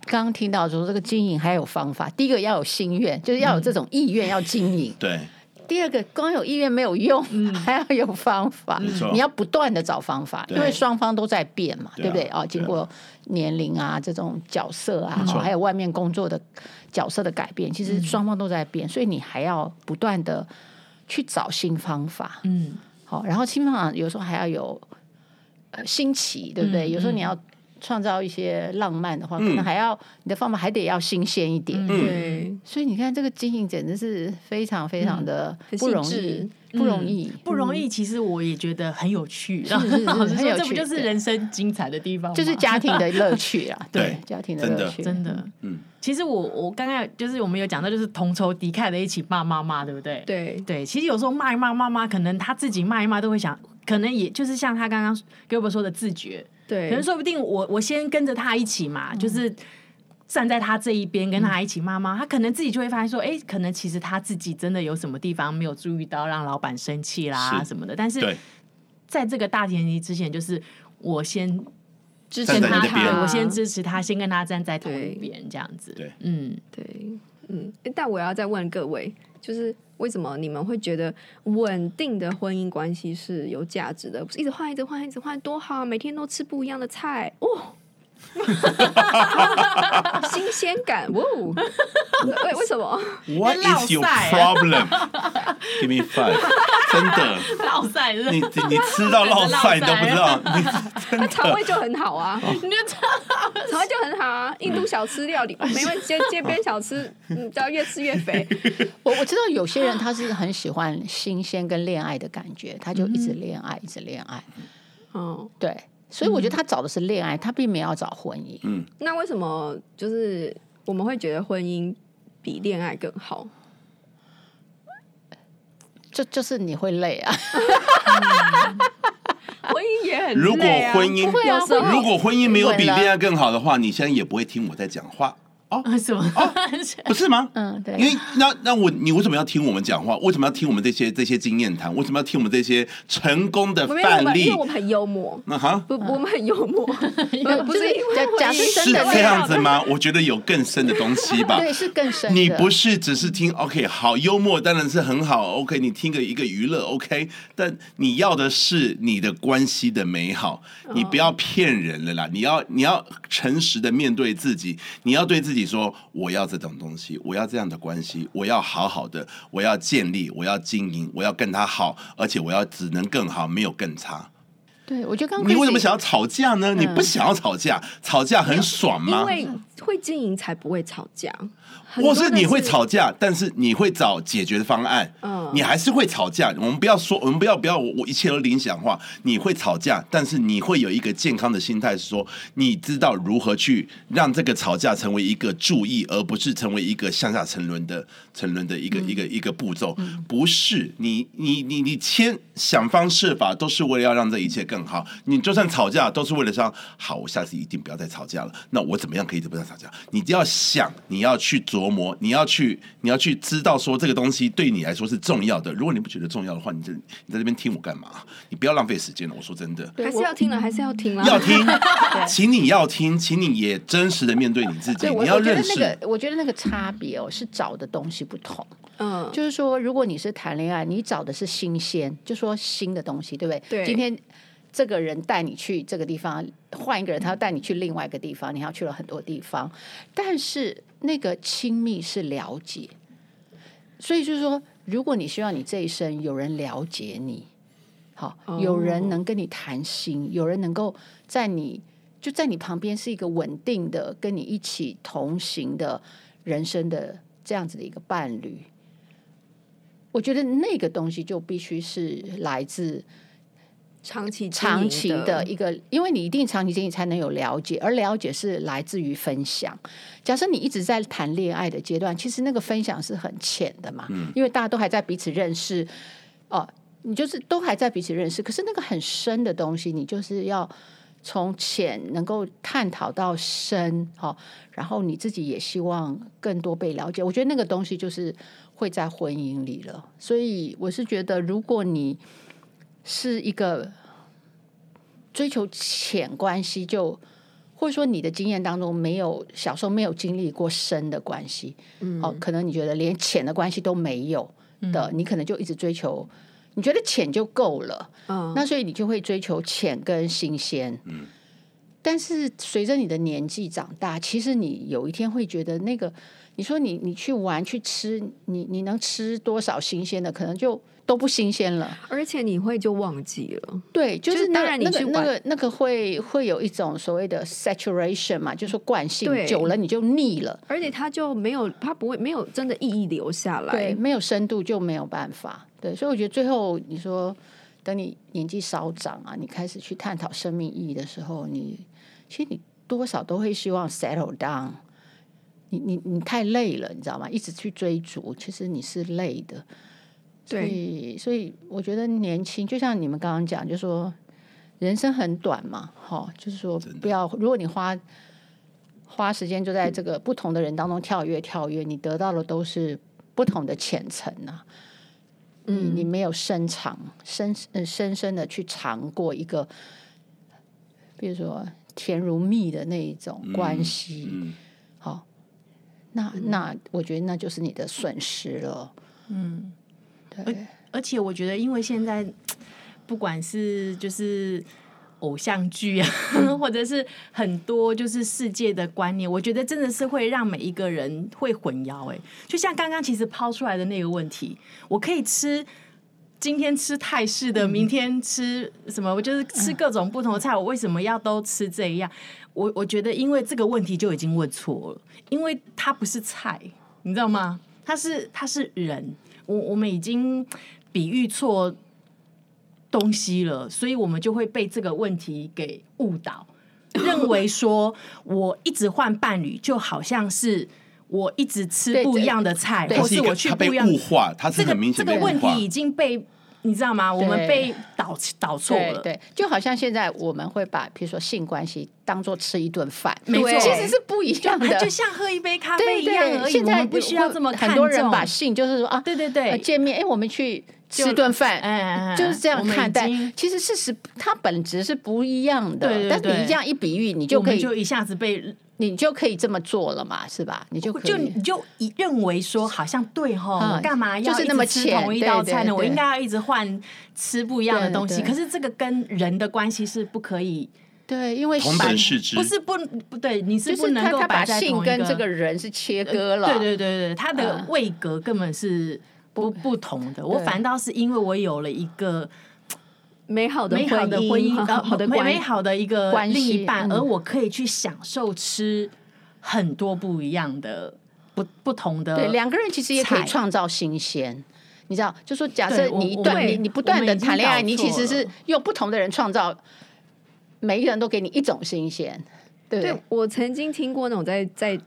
刚刚听到说这个经营还有方法，第一个要有心愿，就是要有这种意愿要经营；对，第二个光有意愿没有用，还要有方法嗯没错。你要不断的找方法，对因为双方都在变嘛，对啊对不对？对哦，啊经过年龄啊、这种角色啊，没错哦嗯还有外面工作的角色的改变，其实双方都在变，所以你还要不断的去找新方法。嗯，好，然后新方法有时候还要有呃新奇，对不对？嗯有时候你要创造一些浪漫的话，嗯可能还要你的方法还得要新鲜一点。嗯对，所以你看，这个经营简直是非常非常的很不容细致易，嗯不容易。不容易。其实我也觉得很有趣，是 是是然后老师很说有这不趣就是对人生精彩的地方吗？就是家庭的乐趣 啦，对家庭真的乐趣，真的，嗯，其实我我刚刚就是我们有讲到，就是同仇敌忾的一起骂骂骂，对不对？对对，其实有时候骂一骂骂骂，可能他自己骂一骂都会想，可能也就是像他刚刚给我说的自觉，对，可能说不定我我先跟着他一起嘛，嗯就是站在他这一边，跟他一起骂骂，他可能自己就会发现说，哎，可能其实他自己真的有什么地方没有注意到，让老板生气啦是什么的。但是对，在这个大前提之前，就是我先支持站在他，你的边对我先支持他，先跟他站在同一对边，这样子。对嗯，对，嗯，诶但我要再问各位，就是为什么你们会觉得稳定的婚姻关系是有价值的？不是一直换，一直换，一直换，多好啊！每天都吃不一样的菜哦。 新鲜感，哇哦！为为什么？ What 落 is your 啊晒 problem? Give me five！真 的，老塞是不是你你你吃到落晒你都不知道，你那真肠的胃就很好啊，你就这肠胃就很好啊。印度小吃料理，没问题，街街边小吃，嗯，只要越吃越肥。我我知道有些人他是很喜欢新鲜跟恋爱的感觉，他就一直恋爱，一直恋爱。哦，对，所以我觉得他找的是恋爱，他并没有要找婚姻。那为什么就是我们会觉得婚姻比恋爱更好？就就是你会累啊，婚姻也很 如果累啊婚姻会 啊有时候如果婚姻没有稳比了恋爱更好的话，你现在也不会听我在讲话，什么？哦不是吗？嗯，对，因为那那我你为什么要听我们讲话？为什么要听我们这些这些经验谈？为什么要听我们这些成功的我没有，范因例为？我们很幽默，那哈不，我们很幽默，不不是因为假假设是真的这样子吗？我觉得有更深的东西吧。 对，是更深的。你不是只是听 OK 好幽默，当然是很好 OK，你听个一个娱乐 OK，但你要的是你的关系的美好，哦你不要骗人了啦，你要你要诚实的面对自己，你要对自己说，我要这种东西，我要这样的关系，我要好好的，我要建立，我要经营，我要跟他好，而且我要只能更好，没有更差。对，我就刚开你始为什么想要吵架呢？你不想要吵架，吵架很爽吗？因为会经营才不会吵架，很多或是的你会吵架，但是你会找解决的方案，嗯你还是会吵架。我们不要说，我们不要不要，我我一切都理想化。你会吵架，但是你会有一个健康的心态，是说你知道如何去让这个吵架成为一个注意，而不是成为一个向下沉沦的沉沦的一嗯个、一个一个步骤。不是你你你你千想方设法都是为了要让这一切更好。你就算吵架，都是为了想好，我下次一定不要再吵架了。那我怎么样可以不要吵架？你要想，你要去琢磨，你要去你要去知道说这个东西对你来说是重要的。如果你不觉得重要的话，你就你在这边听我干嘛？你不要浪费时间了。我说真的。还是要听了，还是要听了，要听，请你要听，请你也真实的面对你自己，对我你要我觉认得识。那个，我觉得那个差别哦，是找的东西不同。嗯，就是说，如果你是谈恋爱，你找的是新鲜，就说新的东西，对不对？对今天这个人带你去这个地方，换一个人他要带你去另外一个地方，你还要去了很多地方。但是那个亲密是了解，所以就是说，如果你希望你这一生有人了解你，好，哦有人能跟你谈心，有人能够在你就在你旁边是一个稳定的跟你一起同行的人生的这样子的一个伴侣。我觉得那个东西就必须是来自长期经营长期的一个，因为你一定长期经营才能有了解，而了解是来自于分享。假设你一直在谈恋爱的阶段，其实那个分享是很浅的嘛，因为大家都还在彼此认识，哦、你就是都还在彼此认识，可是那个很深的东西，你就是要从浅能够探讨到深，好、然后你自己也希望更多被了解。我觉得那个东西就是会在婚姻里了，所以我是觉得，如果你是一个追求浅关系就，或者说你的经验当中没有小时候没有经历过深的关系，嗯、哦，可能你觉得连浅的关系都没有的，你可能就一直追求，你觉得浅就够了，嗯那所以你就会追求浅跟新鲜，嗯。但是随着你的年纪长大，其实你有一天会觉得那个，你说你你去玩去吃，你你能吃多少新鲜的，可能就都不新鲜了。而且你会就忘记了，对，就就是是那当个然你那个去那玩个那个会会有一种所谓的 saturation 嘛，就是说惯性对久了你就腻了，而且他就没有，他不会没有真的意义留下对，来。没有深度就没有办法。对，所以我觉得最后你说，等你年纪稍长啊，你开始去探讨生命意义的时候，你其实你多少都会希望 settle down。你你你太累了，你知道吗？一直去追逐，其实你是累的。所对，以，所以我觉得年轻，就像你们刚刚讲，就说人生很短嘛，哈、就是说不要，如果你花花时间就在这个不同的人当中跳跃跳跃，你得到的都是不同的浅层啊。你你没有深尝深呃深深的去尝过一个，比如说甜如蜜的那一种关系，嗯，好、那嗯那我觉得那就是你的损失了。哎嗯，对。 而且我觉得，因为现在不管是就是偶像剧啊， 或者是很多就是世界的观念，我觉得真的是会让每一个人会混淆。哎，就像刚刚其实抛出来的那个问题，我可以吃。今天吃泰式的，明天吃什么？我就是吃各种不同的菜，我为什么要都吃这一样？我我觉得，因为这个问题就已经问错了，因为它不是菜，你知道吗？它是它是人，我我们已经比喻错东西了，所以我们就会被这个问题给误导，认为说我一直换伴侣就好像是我一直吃对不一这样的菜，对或是一是个我去他不被一样的物化，他是这个很明这显个被问物化题。已经被你知道吗？我们对被导导错对了。对，就好像现在我们会把，比如说性关系当做吃一顿饭，没错其实是不一样 它的。就像喝一杯咖啡对一样对，而已，现我在们不需要这么看很多人重把性就是说啊，对对对呃见面哎，我们去就吃顿饭， 哎就是这样看待我们已经。其实事实它本质是不一样的，对对但是对你这样一比喻，你我就可们以就一下子被你就可以这么做了嘛，是吧？你就可以就你就以认为说好像对吼，嗯我干嘛要就是一那么直吃浅同一对道对菜呢？我对应该要一直换吃不一样的对东西。对可是这个跟人的关系是不可以，对，因为同等视之，不是不不对，你是就不是能他够他摆把在性同一跟这个呃个人是切割了，对对对对，他的嗯位格根本是不不同的。我对反倒是因为我有了一个美好的美好的婚婚 姻，姻，呃，好的美关美好的一个关系另一半，嗯而我可以去享受吃很多不一样的、不不同的。对，两个人其实也可以呃菜创造新鲜。你知道，就说假对设我你一我段们你你不断我的们已经谈恋爱，搞你其错实是了用不同的人创造，每一个人都给你一种新鲜，对不对对？我曾经听过那种在在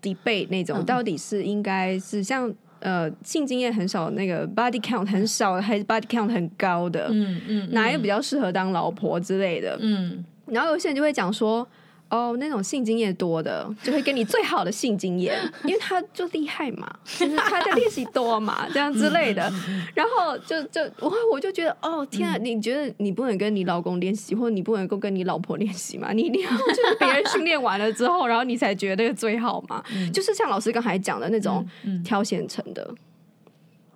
debate 那种，嗯到底是应该是像呃性经验很少那个 body count 很少，还是 body count 很高的，嗯嗯哪一个比较适合当老婆之类的。嗯，然后有些人就会讲说。哦，那种性经验多的就会给你最好的性经 验，因为他就厉害嘛，就是他在练习 多嘛，这样之类嗯的。然后就就我我就觉得，哦天啊，你觉得你不能跟你老公练习，或者你不能够跟你老婆练习 嘛？你一定要就是别人训练完了之后，然后你才觉得那个最好嘛。嗯就是像老师刚才讲的那种挑选成的，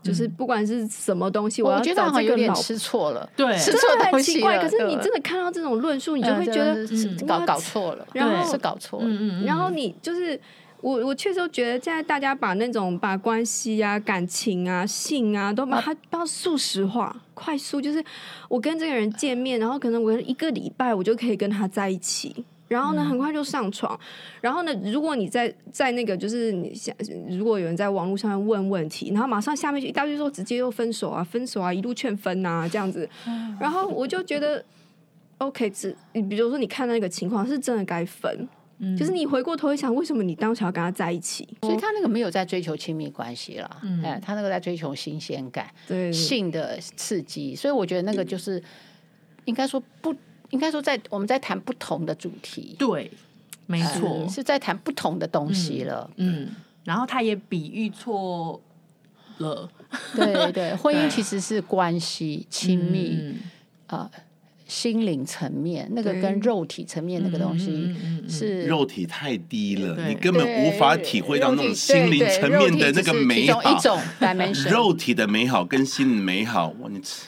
就是不管是什么东西，我嗯我要觉得找好像这有个点老吃错了，对吃错真的东很西奇怪。了可是你对真的看到这种论述，你就嗯会真觉得的是嗯搞 what？搞嗯错了，然对后是搞错了，然后你就是我，我确实都觉得现在大家把那种把关系啊、感情啊、性啊，都把它到速食化、快速，就是我跟这个人见面，然后可能我一个礼拜我就可以跟他在一起。然后嗯呢，很快就上床。然后呢，如果你在在那个，就是你想，如果有人在网络上面问问题，然后马上下面就一大堆说直接又分手啊，分手啊，一路劝分啊，这样子。嗯 然后我就觉得，OK，只你比如说你看那个情况是真的该分，嗯就是你回过头一想，为什么你当时要跟他在一起？所以他那个没有在追求亲密关系了，嗯哎，他那个在追求新鲜感。嗯对，性的刺激，所以我觉得那个就是应该说不，应该说在我们在谈不同的主题，对，没哎错，是在谈不同的东西了。嗯。然后他也比喻错了， 对对，婚姻其实是关系、亲密、嗯心灵层面，那个跟肉体层面那个东嗯西是。肉体太低了，对你根本无法体会到那种心灵层面的那个美肉体只是其。中好一种 dimension，肉体的美好跟心灵美好，哇，你吃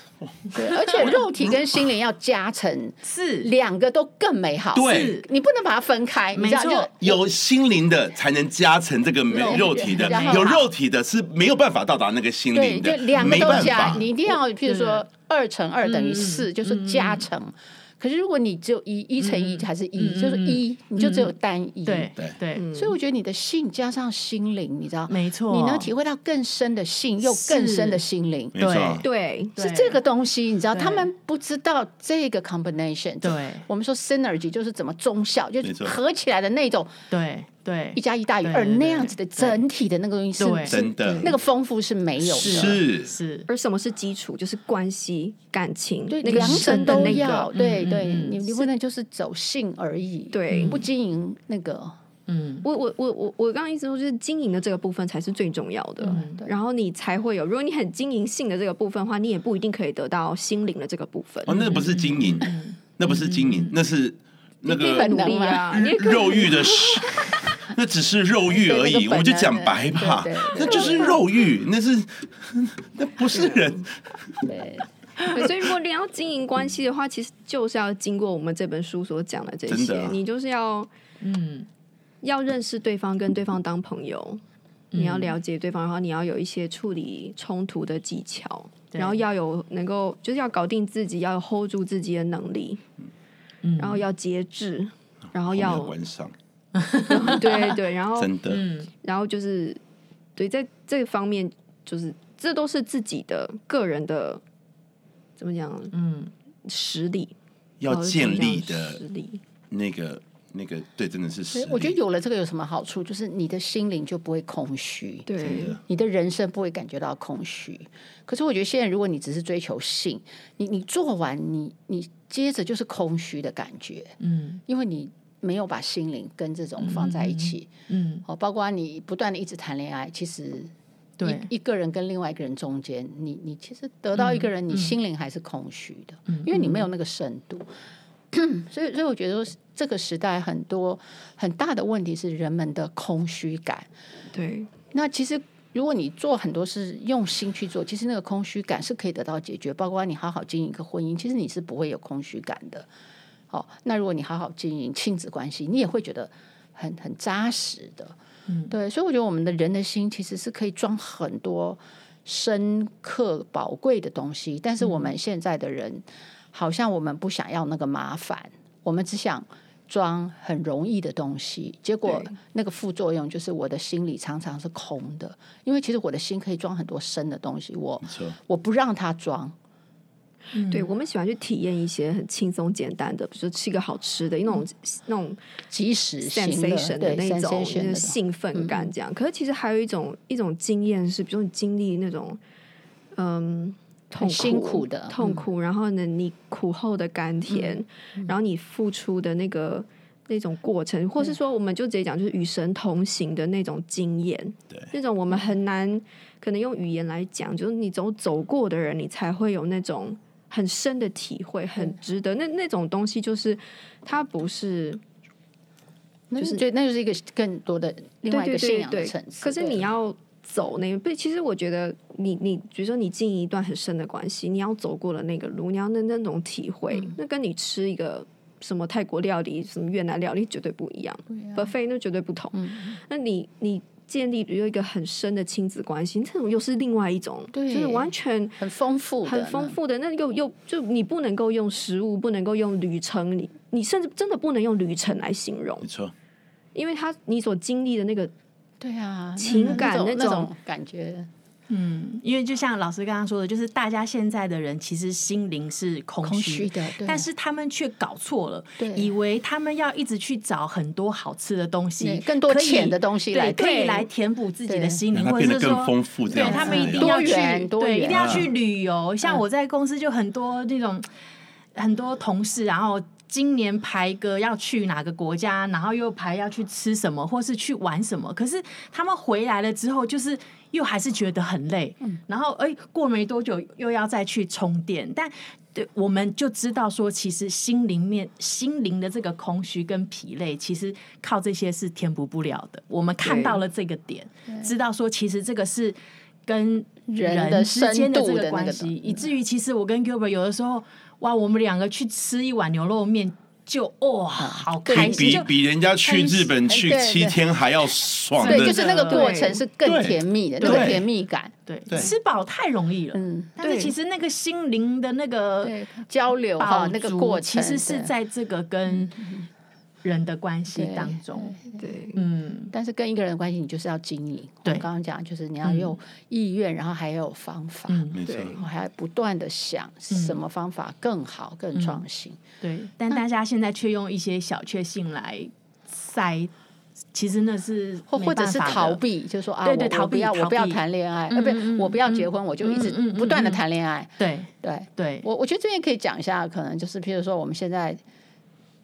对，而且肉体跟心灵要加成，是两个都更美好。对是。你不能把它分开，你知道没错就有心灵的才能加成这个美肉肉体的然，后有肉体的是没有办法到达那个心对，灵就的，两个没都办加，法。你一定要，譬如说二乘二嗯等于四，就是加成。可是如果你只有一，一乘嗯一还是一，就是一，你就只有单一。对对对，所以我觉得你的性加上心灵，你知道，没嗯错，你能体会到更深的性，又更深的心灵。没错对，对，对是这个东西，你知道，对他们不知道这个 combination。对我们说 synergy 就是怎么中效，就没错合起来的那种对对一加一大于对二对对那样子的整体的那个东西对是，真的那个丰富是没有的。是是，而什么是基础？就是关系、感情，对，那个两者深的都那要，个，对嗯对，嗯你你不能就是走性而已，，对。不经营那个，嗯，我我我我我刚刚意思说，就是经营的这个部分才是最重要的，嗯对然后你才会有。如果你很经营性的这个部分的话，你也不一定可以得到心灵的这个部分。哦，那不是经营，那不是经营，那是嗯那一定很个努力啊，你也可以肉欲的 事，那只是肉欲而对那已。个本我就讲能的白吧对对，对那就是肉欲，那是那不是人。 对，对，所以如果你要经营关系的话，其实就是要经过我们这本书所讲的这真些，的啊你就是要嗯要认识对方，跟对方当朋友，嗯你要了解对方，然后你要有一些处理冲突的技巧，对然后要有能够就是要搞定自己，要有 hold 住自己的能力，嗯然后要节制，然后我没有要关上， 对对，然后真的。嗯然后就是对在这方面，就是这都是自己的个人的怎么讲嗯实力，要然后建怎么样立的实力，那个那个对，真的是实所以力。我觉得有了这个有什么好处？就是你的心灵就不会空虚，对真的你的人生不会感觉到空虚。可是我觉得现在，如果你只是追求性，你你做完，你你接着就是空虚的感觉，嗯因为你没有把心灵跟这种放在一起。嗯，哦，包括你不断的一直谈恋爱，其实对，一一个人跟另外一个人中间，你你其实得到一个人，你心灵还是空虚的，因为你没有那个深度。 所以，所以我觉得说这个时代很多很大的问题是人们的空虚感。对那其实如果你做很多事用心去做，其实那个空虚感是可以得到解决。包括你好好经营一个婚姻，其实你是不会有空虚感的。哦，那如果你好好经营亲子关系，你也会觉得很很扎实的。嗯，对，所以我觉得我们的人的心其实是可以装很多深刻宝贵的东西，但是我们现在的人、好像我们不想要那个麻烦，我们只想装很容易的东西，结果对那个副作用就是我的心里常常是空的，因为其实我的心可以装很多深的东西，我没错，我不让它装，对，我们喜欢去体验一些很轻松简单的，比如说吃一个好吃的，那种那种及时行乐 sensation 对的那种 sensation 嗯那的个兴奋感，这样。可是其实还有一种一种经验是，比如说你经历那种嗯痛很苦辛苦的嗯痛苦，然后呢，你苦后的甘甜，然后你付出的那个那种过程，或是说我们就直接讲，就是与神同行的那种经验，对那种我们很难可能用语言来讲，就是你走走过的人，你才会有那种。很深的体会，很值得。那那种东西就是，它不是那就是就那就是一个更多的另外一个对对信仰对的对层次。可是对你要走那不，其实我觉得你你比如说你经营一段很深的关系，你要走过了那个路，你要那那种体会，嗯那跟你吃一个。什么泰国料理、什么越南料理绝对不一样，buffet 那绝对不同。嗯那你你建立有一个很深的亲子关系，这种又是另外一种，对就是完全很丰富的，很丰。富的。那又又就你不能够用食物，不能够用旅程，你你甚至真的不能用旅程来形容没，错，因为它你所经历的那个对啊，情那感那那那种种感觉，因为就像老师刚刚说的，就是大家现在的人其实心灵是空空虚虚的对但是他们却搞错了，对以为他们要一直去找很多好吃的东西对，更多可以浅的东西来对，可以对来填补自己的对心让灵，它或变者得是更说。丰富，这对样他们子一定多要去元，多对，一定要元嗯去旅游。像我在公司就很多那种很多同事，然后今年排个要去哪个国家，然后又排要去吃什么，或是去玩什么。可是他们回来了之后，就是又还是觉得很累，嗯然后哎，过没多久又要再去充电，但。对，我们就知道说，其实心灵面、心灵的这个空虚跟疲累，其实靠这些是填补不了的。我们看对到了这个点，知道说其实这个是跟人的之间深的度这的那个个关东系，以至于其实我跟 Gilbert 有的时候，哇，我们两个去吃一碗牛肉面就哦，好开比心，比就比人家去日本去对对七天还要爽对，的就，是那个过程是更对甜蜜的，那个对甜蜜感，对对吃饱太容易了，嗯，但是对其实那个心灵的那个对，交流饱哈足，那个过程其实是对在这个跟人的关系对当中，对嗯，但是跟一个人的关系，你就是要经营。对我刚刚讲，就是你要有意愿，然后还要有方法，嗯没错，对然后还要不断的想什么方法更好、更创新。对，但大家现在却用一些小确幸来塞，其实那是或没或者办是法的逃避，就是说啊，对我对逃我不避嗯要，我逃不要避谈恋爱，呃，不是，我不要结婚，我就一直嗯嗯嗯不断的谈恋爱。对对对，我，我觉得这边可以讲一下，可能就是譬如说，我们现在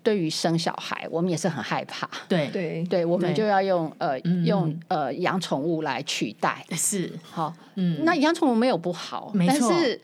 对于生小孩，我们也是很害怕，对对对，我们对就要用呃嗯用呃养宠物来取代。是，好，嗯，那养宠物没有不好，没但错是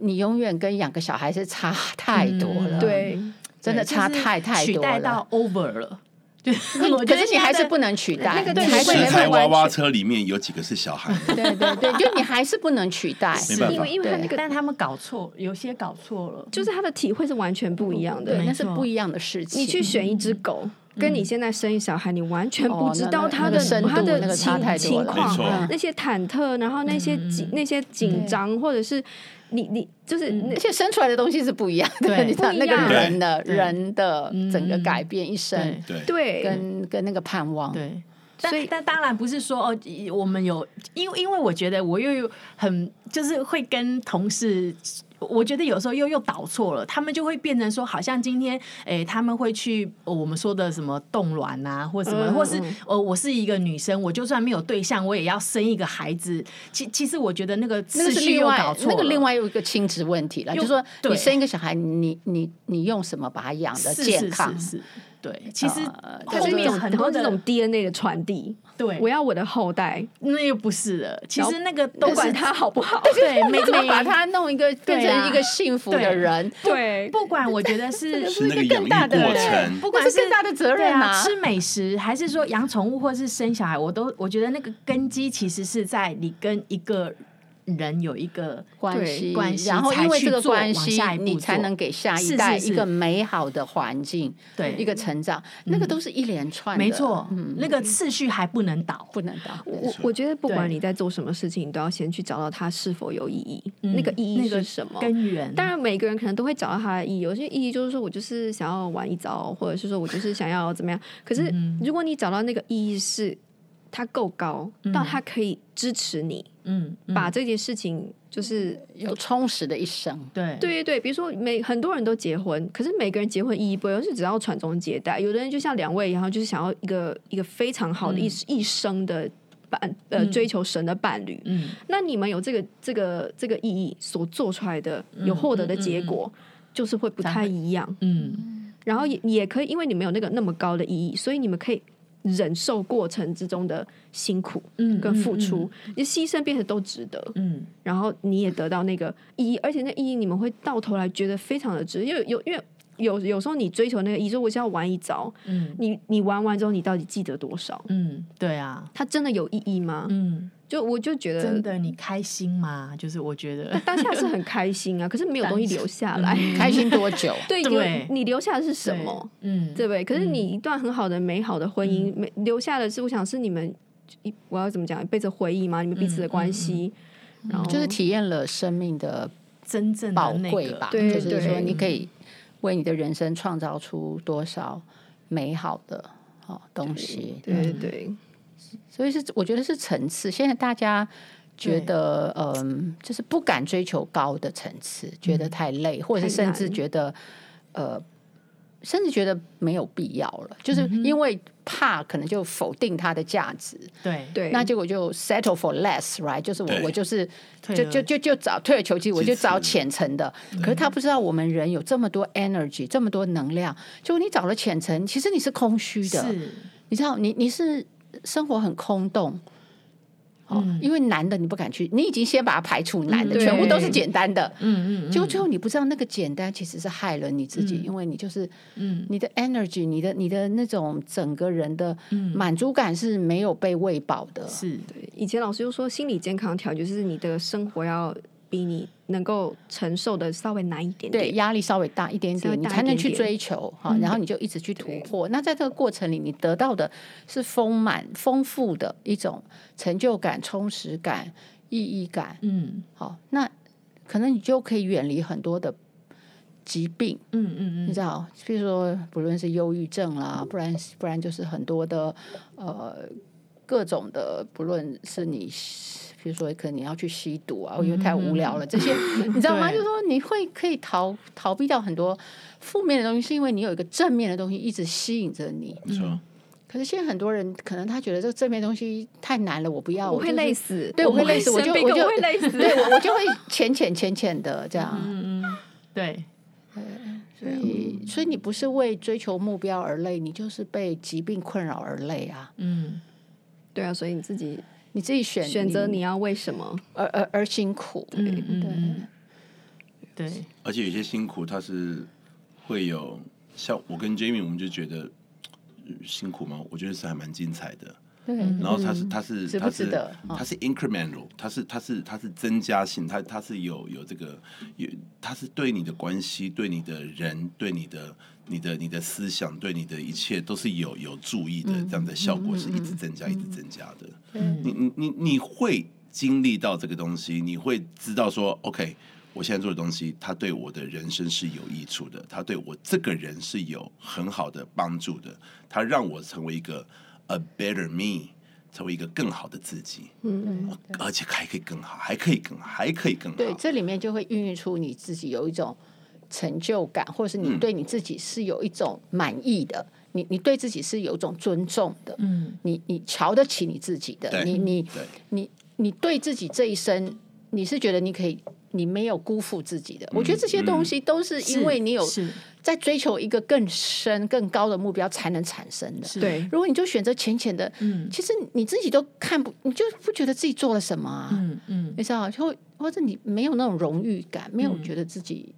你永远跟养个小孩是差太多了，嗯对，真的差太太取多代了。到 over 了。对， 我可觉得是你现在还是的不能取代，那个你对还是你会没食材办法娃娃车里面有几个是小孩的？对对对，就你还是不能取代。没办法因为因为他对那个但他们搞错，有些搞错了，就是他的体会是完全不一样对，的。那是不一样的事情。你去选一只狗，跟你现在生一小孩，你完全不知道哦那他那那的个深度他那的个情差太多情了没错况，那些忐忑，然后那些紧那些紧张，或者是你你就是那而且生出来的东西是不一样的，对你知道不一那个样人的对人的整个嗯改变一生对，对，对跟跟那个盼望，对。所但以但当然不是说哦，我们有，因为因为我觉得我又有很就是会跟同事我觉得有时候又又导错了，他们就会变成说，好像今天，诶、他们会去、呃我们说的什么冻卵啊，或什么，嗯或是嗯呃，我是一个女生，我就算没有对象，我也要生一个孩子。其其实我觉得那个那次个是序另又外搞错了，那个另外又一个亲子问题了，又就是说对你生一个小孩，你你你用什么把他养的是健康？是是是对，其实呃它后是一面种很然后多这的种 DNA 的传递，对我，要我的后代，那又不是了。其然后实那个都不管 管他好不好，对，每怎么每把他弄一个变对啊成一个幸福的对人？对，不管我觉得 是是那个这养更育大的过人程，不这管是更大的责对任啊， 吃美食还是说养宠物或是生小孩，我都我觉得那个根基其实是在你跟一个人有一个关对系，关系然后因为这个才去做关往系下一，步你才做能给下是一是代是一个美好的环境，对一个成长，那个都是一连串的，嗯没错，那个次序还不能倒。不能倒。我我觉得不管对你在做什么事情，你都要先去找到它是否有意义，嗯那个意义那个是什么？根源当然，每个人可能都会找到它的意义。有些意义就是说我就是想要玩一招，或者是说我就是想要怎么样。可是嗯如果你找到那个意义是它够高，嗯到它可以支持你、嗯，嗯把这件事情，就是有充实的一生，对对对对，比如说每很多人都结婚，可是每个人结婚意义不一样，有些只要传宗接代，有的人就像两位一样，就是想要一个一个非常好的一、一生的伴呃嗯追求神的伴侣。嗯那你们有这个这个这个意义所做出来的有获得的结果，就是会不太一样。嗯然后也也可以，因为你们有那个那么高的意义，所以你们可以忍受过程之中的辛苦嗯跟付出，你牺牲变得都值得。嗯嗯然后你也得到那个意义，而且那意义你们会到头来觉得非常的值，因为有因为有有时候你追求那个意义，说我想要玩一招，嗯你你玩完之后你到底记得多少？嗯，对啊，它真的有意义吗？嗯，就我就呃觉真得的你开心吗？就是我 觉得当下是很开心啊，可是没有东西留下来。开 心多久？对，嗯 对有你留下的是什么？？对嗯，对不对？可是嗯你一段很好的、美好的婚姻，没留下的是，我想是你们，一我要怎么讲？一辈子回忆吗？你们彼此的关系，然后就是体验了生命的真正宝哦的那贵个嗯吧，对就是说对你可以为你的人生创造出多少美好的哦东西，对对所以是我觉得是层次。现在大家觉得，嗯，就是不敢追求高的层次，觉得太累，或者是嗯太甚难至觉得，呃，甚至觉得没有必要了，嗯就是因为怕可能就否定它的价值，对对，那结果就 settle for less，right？就是我对我就是退就而就就就找退而求其，我就其次嗯找浅层的。可是他不知道我们人有这么多 energy，这么多能量，就你找了浅层，其实你是空虚的。是你知道，你你是生活很空洞。哦，因为难的你不敢去，你已经先把它排除难的，嗯全部都是对简单的，嗯嗯结果最后你不知道那个简单其实是害了你自己，因为你就是，嗯你的 energy，你的你的那种整个人的满足感是没有被喂饱的，是对以前老师就说，心理健康条件就是你的生活要比你能够承受的稍微难一点对点。压力稍微大一点稍微点，你大一才能点去点追求哈，然后你就一直去突破。那在这个过程里，你得到的是丰满、丰富的一种成就感、充实感、意义感。嗯好，那可能你就可以远离很多的疾病，嗯嗯你知道，比如说不论是忧郁症啦，不然不然就是很多的呃各种的，不论是你比如说可能你要去吸毒嗯啊，因为太无聊了，这 些你知道吗？对就是说你会可以逃逃避掉很多负面的东西，是因为你有一个正面的东西一直吸引着你。没错，可是现在很多人可能他觉得这个正面的东西太难了，我不要，我会就是累死，对我会累死我生就病我更就会累死。对 我我就会浅浅浅浅的这样。嗯嗯，对，所啊嗯以，所以你不是为追求目标而累，你就是被疾病困扰而累啊！嗯对啊，所以你自己你自己选选择你要为什么？而而而辛苦，嗯嗯对对，而且有些辛苦它是会有，像我跟 Jamie 我们就觉得呃辛苦吗？我觉得是还蛮精彩的。对嗯然后它是它是嗯值不它是值得哦它是 incremental，它是它是它是增加性，它它是有有这个有它是对你的关系、对你的人、对你的你的你的思想、对你的一切都是有有注意的，嗯这样的效果是一直增加、一直增加的。你你你你会经历到这个东西，你会知道说，OK，我现在做的东西，它对我的人生是有益处的，它对我这个人是有很好的帮助的，它让我成为一个 a better me。成为一个更好的自己，嗯，而且还可以更好，还可以更好，还可以更好。对，这里面就会孕育出你自己有一种成就感，或者是你嗯对你自己是有一种满意的，你你对自己是有一种尊重的，嗯，你你瞧得起你自己的，对你你对你你对自己这一生，你是觉得你可以。你没有辜负自己的，我觉得这些嗯东西都是因为你有是在追求一个更深、更高的目标才能产生的。是对，如果你就选择浅浅的，嗯其实你自己都看不，你就不觉得自己做了什么啊？嗯嗯你知道，就会或者你没有那种荣誉感，没有觉得自己、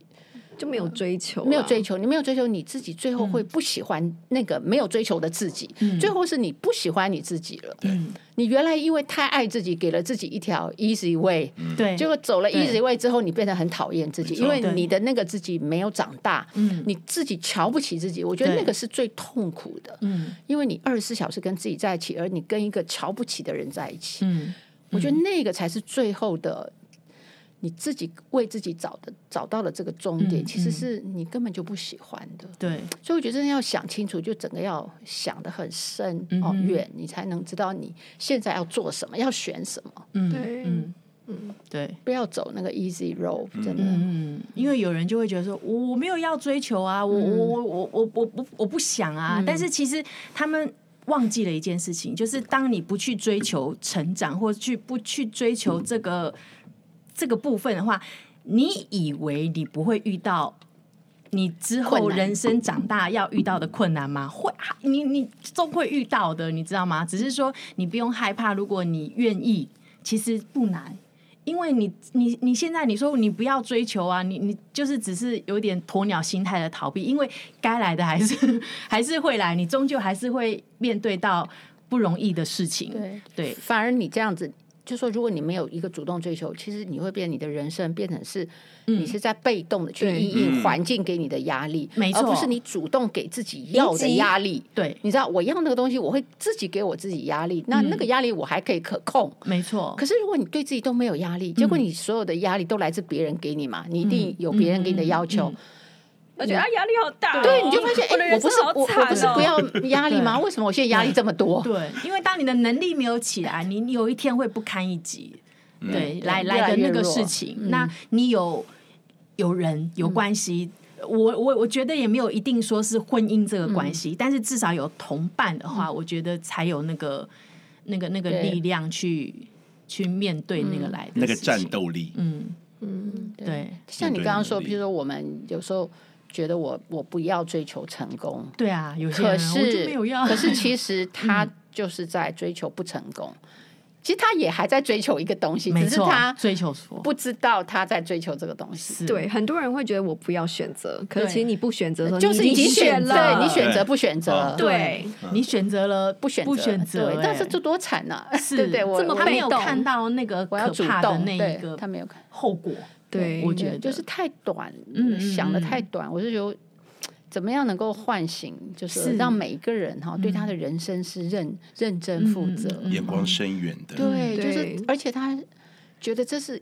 就没有追求，没有追，求，你没有追求你自己，最后会不喜欢那个没有追求的自己，最后是你不喜欢你自己了。嗯你原来因为太爱自己，给了自己一条 easy way，、对，结果走了对 easy way 之后，你变得很讨厌自己，没错因为对你的那个自己没有长大，嗯你自己瞧不起自己，我觉得对那个是最痛苦的，嗯因为你二十四小时跟自己在一起，而你跟一个瞧不起的人在一起，嗯我觉得那个才是最后的，你自己为自己找的找到了这个终点，嗯其实嗯是你根本就不喜欢的。对，所以我觉得真的要想清楚，就整个要想得很深、嗯哦哼远，你才能知道你现在要做什么，要选什么，嗯对嗯嗯对。 不要走那个 easy road，真的。嗯，因为有人就会觉得说，我我没有要追求啊，我嗯我我我我我不我不想啊。但是其实他们忘记了一件事情，就是当你不去追求成长，或去不去追求这个这个部分的话，你以为你不会遇到。你之后困难人生长大要遇到的困难吗？会，你你终会遇到的，你知道吗？只是说你不用害怕，如果你愿意，其实不难，因为你你你现在你说你不要追求啊，你你就是只是有点鸵鸟心态的逃避，因为该来的还是 还是会来，你终究还是会面对到不容易的事情。对对反而你这样子，就说如果你没有一个主动追求，其实你会变你的人生变成是，你是在被动的去嗯对应应嗯环境给你的压力，没错而不是你主动给自己要的压力。对，你知道，我要那个东西，我会自己给我自己压力，那那嗯个压力我还可以可控。没错。可是如果你对自己都没有压力，结果嗯你所有的压力都来自别人给你嘛，你一定有别人给你嗯的要求，我觉得他压力好大嗯哦，对，你就发现， 我的哎，我人不生是好我惨我不是哦不要压 力吗？为什么我现在压力这么多？对，因为当你的能力没有起来，你你有一天会不堪一击。对，来嗯越来来的越那个弱嗯事情，那你有有人有关系。嗯我我我觉得也没有一定说是婚姻这个关嗯系，但是至少有同伴的话，我觉得才有那个那个那个对力量去去面对那个来的那个事战情，斗力，嗯，嗯，对像你面对刚刚能说，力比如说我们有时候觉得我我不要追求成功，对啊，有些可人我就是没有要，嗯可是其 实他就是在追求不成功，其实他也还在追求一个东西，没只是错，他啊追求说不知道他在追求这个东西。是对，很多人会觉得我不要选择，可是对其实你不选择的时候，就是你已已经经选了，对你选对择不选择，哦对你选择了不选择不选择，对，但是哎这多惨呐，是对不对？我这么我他没有被动看到那个我要可主怕的动，那一对个他没有看，后果。对我觉得就是太短嗯嗯，想的嗯太短，我就觉得。怎么样能够唤醒，就是是让每一个人哈对他的人生是认认真负责，嗯眼光深远的，对，就是对，而且他觉得这是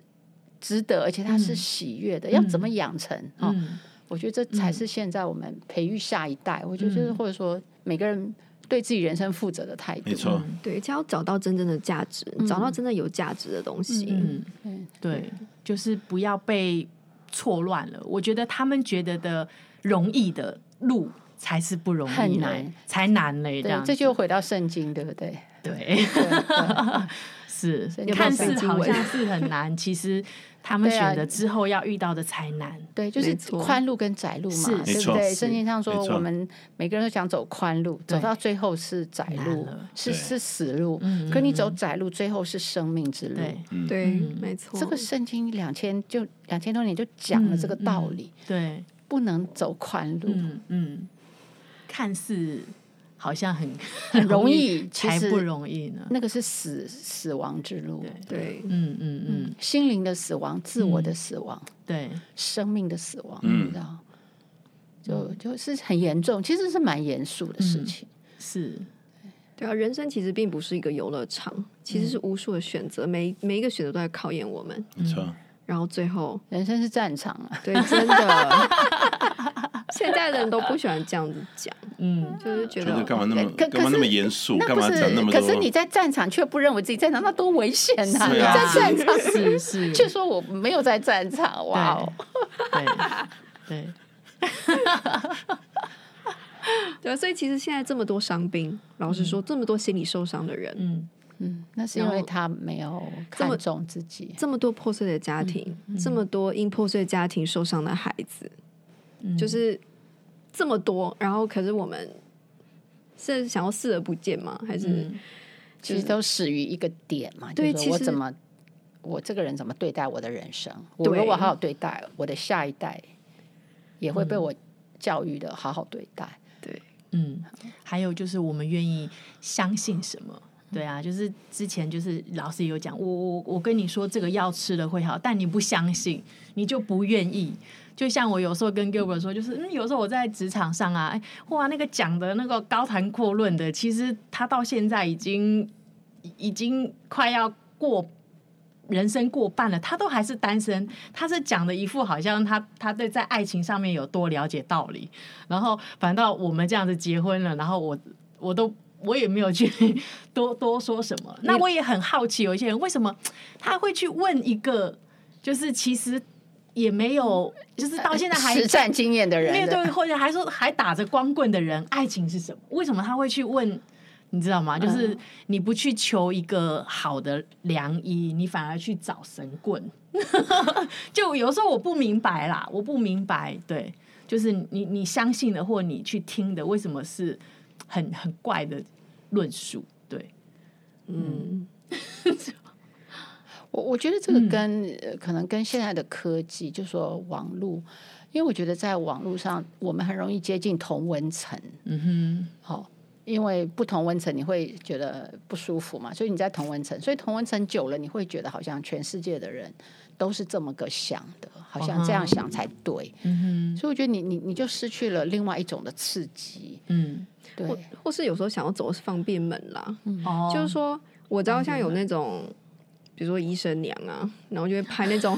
值得，而且他是喜悦的。要怎么养成啊、哦嗯我觉得这才是现在我们培育下一代。我觉得就是嗯或者说每个人对自己人生负责的态度。没错，对，只要找到真正的价值，找到真的有价值的东西，嗯，嗯，对，就是不要被错乱了。我觉得他们觉得的容易的路才是不容易，很难，才难嘞。这对样，这就回到圣经，对不对？对， 对对是所以你看要背似经好文像是很难，其实他们对啊选择之后要遇到的才难。对，就没是错宽路跟窄路是嘛，对没不错对？是圣经上说没，错我们每个人都想走宽路，走对到最后是窄难路了，是对是死路。嗯可你嗯走嗯窄路，最后是生命之路。对对，嗯没错，这个圣经两千就两千多年就讲了这个道理，对，不能走宽路，嗯嗯，看似好像很 很容易，易，其才实不容易呢。那个是死死亡之路，对对，嗯嗯嗯，心灵的死亡、自我的死亡、对，生命的死亡，嗯你知道，就就是很严重，其实是蛮严肃的嗯事情。是，对啊，人生其实并不是一个游乐场，其嗯实是无数的选择，每每一个选择都在考验我嗯们，没错， 然后最后，人生是战场啊，对，真的， 现在的人都不喜欢这样子讲，嗯，就是觉觉得得干嘛那么可干嘛可那么是严肃，那干不嘛是讲那么，多？可是你在战场却不认为自己在战场，那多危险呐、是你啊在战场 是是，却说我没有在战 场，哇哦！ 对对，对，啊所以其实现在这么多伤兵，老实说，这么多心理受伤的人，嗯嗯，那是因为他没有这么看重自己。这么多破碎的家嗯庭，这么多因破碎家庭受伤的孩子，嗯，就是这么多，然后可是我们是想要视而不见吗？还是、嗯其实都始于一个点嘛，对就是其说我实怎么我这个人怎么对待我的人生，我对如果好好对待我的下一代，也会嗯被我教育的好好对待。对？嗯，还有就是我们愿意相信什么。对啊，就是之前就是老师也有讲，我我我跟你说这个药吃了会好，但你不相信，你就不愿意。就像我有时候跟 Gilbert 说，就是嗯，有时候我在职场上啊，哎，哇，那个讲的那个高谈阔论的，其实他到现在已经已经快要过人生过半了，他都还是单身。他是讲的一副好像他他对在爱情上面有多了解道理，然后反倒我们这样子结婚了，然后我我都 我也没有去多多说什么。那我也很好奇，有一些人为什么他会去问一个，就是其实也没有，就是到现在还实战经验的面人的，对或者还说还打着光棍的人，爱情是什么？为什么他会去问？你知道嗯吗？就是你不去求一个好的良医，你反而去找神棍。 就有时候我不明白啦，我不明白，对，就是你你相信的或你去听的，为什么是很很怪的论述？对，嗯，我我觉得这嗯个跟、呃可能跟现在的科技，就说网络，因为我觉得在网络上，我们很容易接近同温层。嗯好、因为不同温层你会觉得不舒服嘛，所以你在同温层，所以同温层久了，你会觉得好像全世界的人都是这么个想的，好像这样想才对。哼，哦嗯所以我觉得你你你就失去了另外一种的刺激。哼，嗯，对，或或是有时候想要走的是方便门啦，哦，就是说我知道像有那种。比如说医生娘啊，然后就会拍那种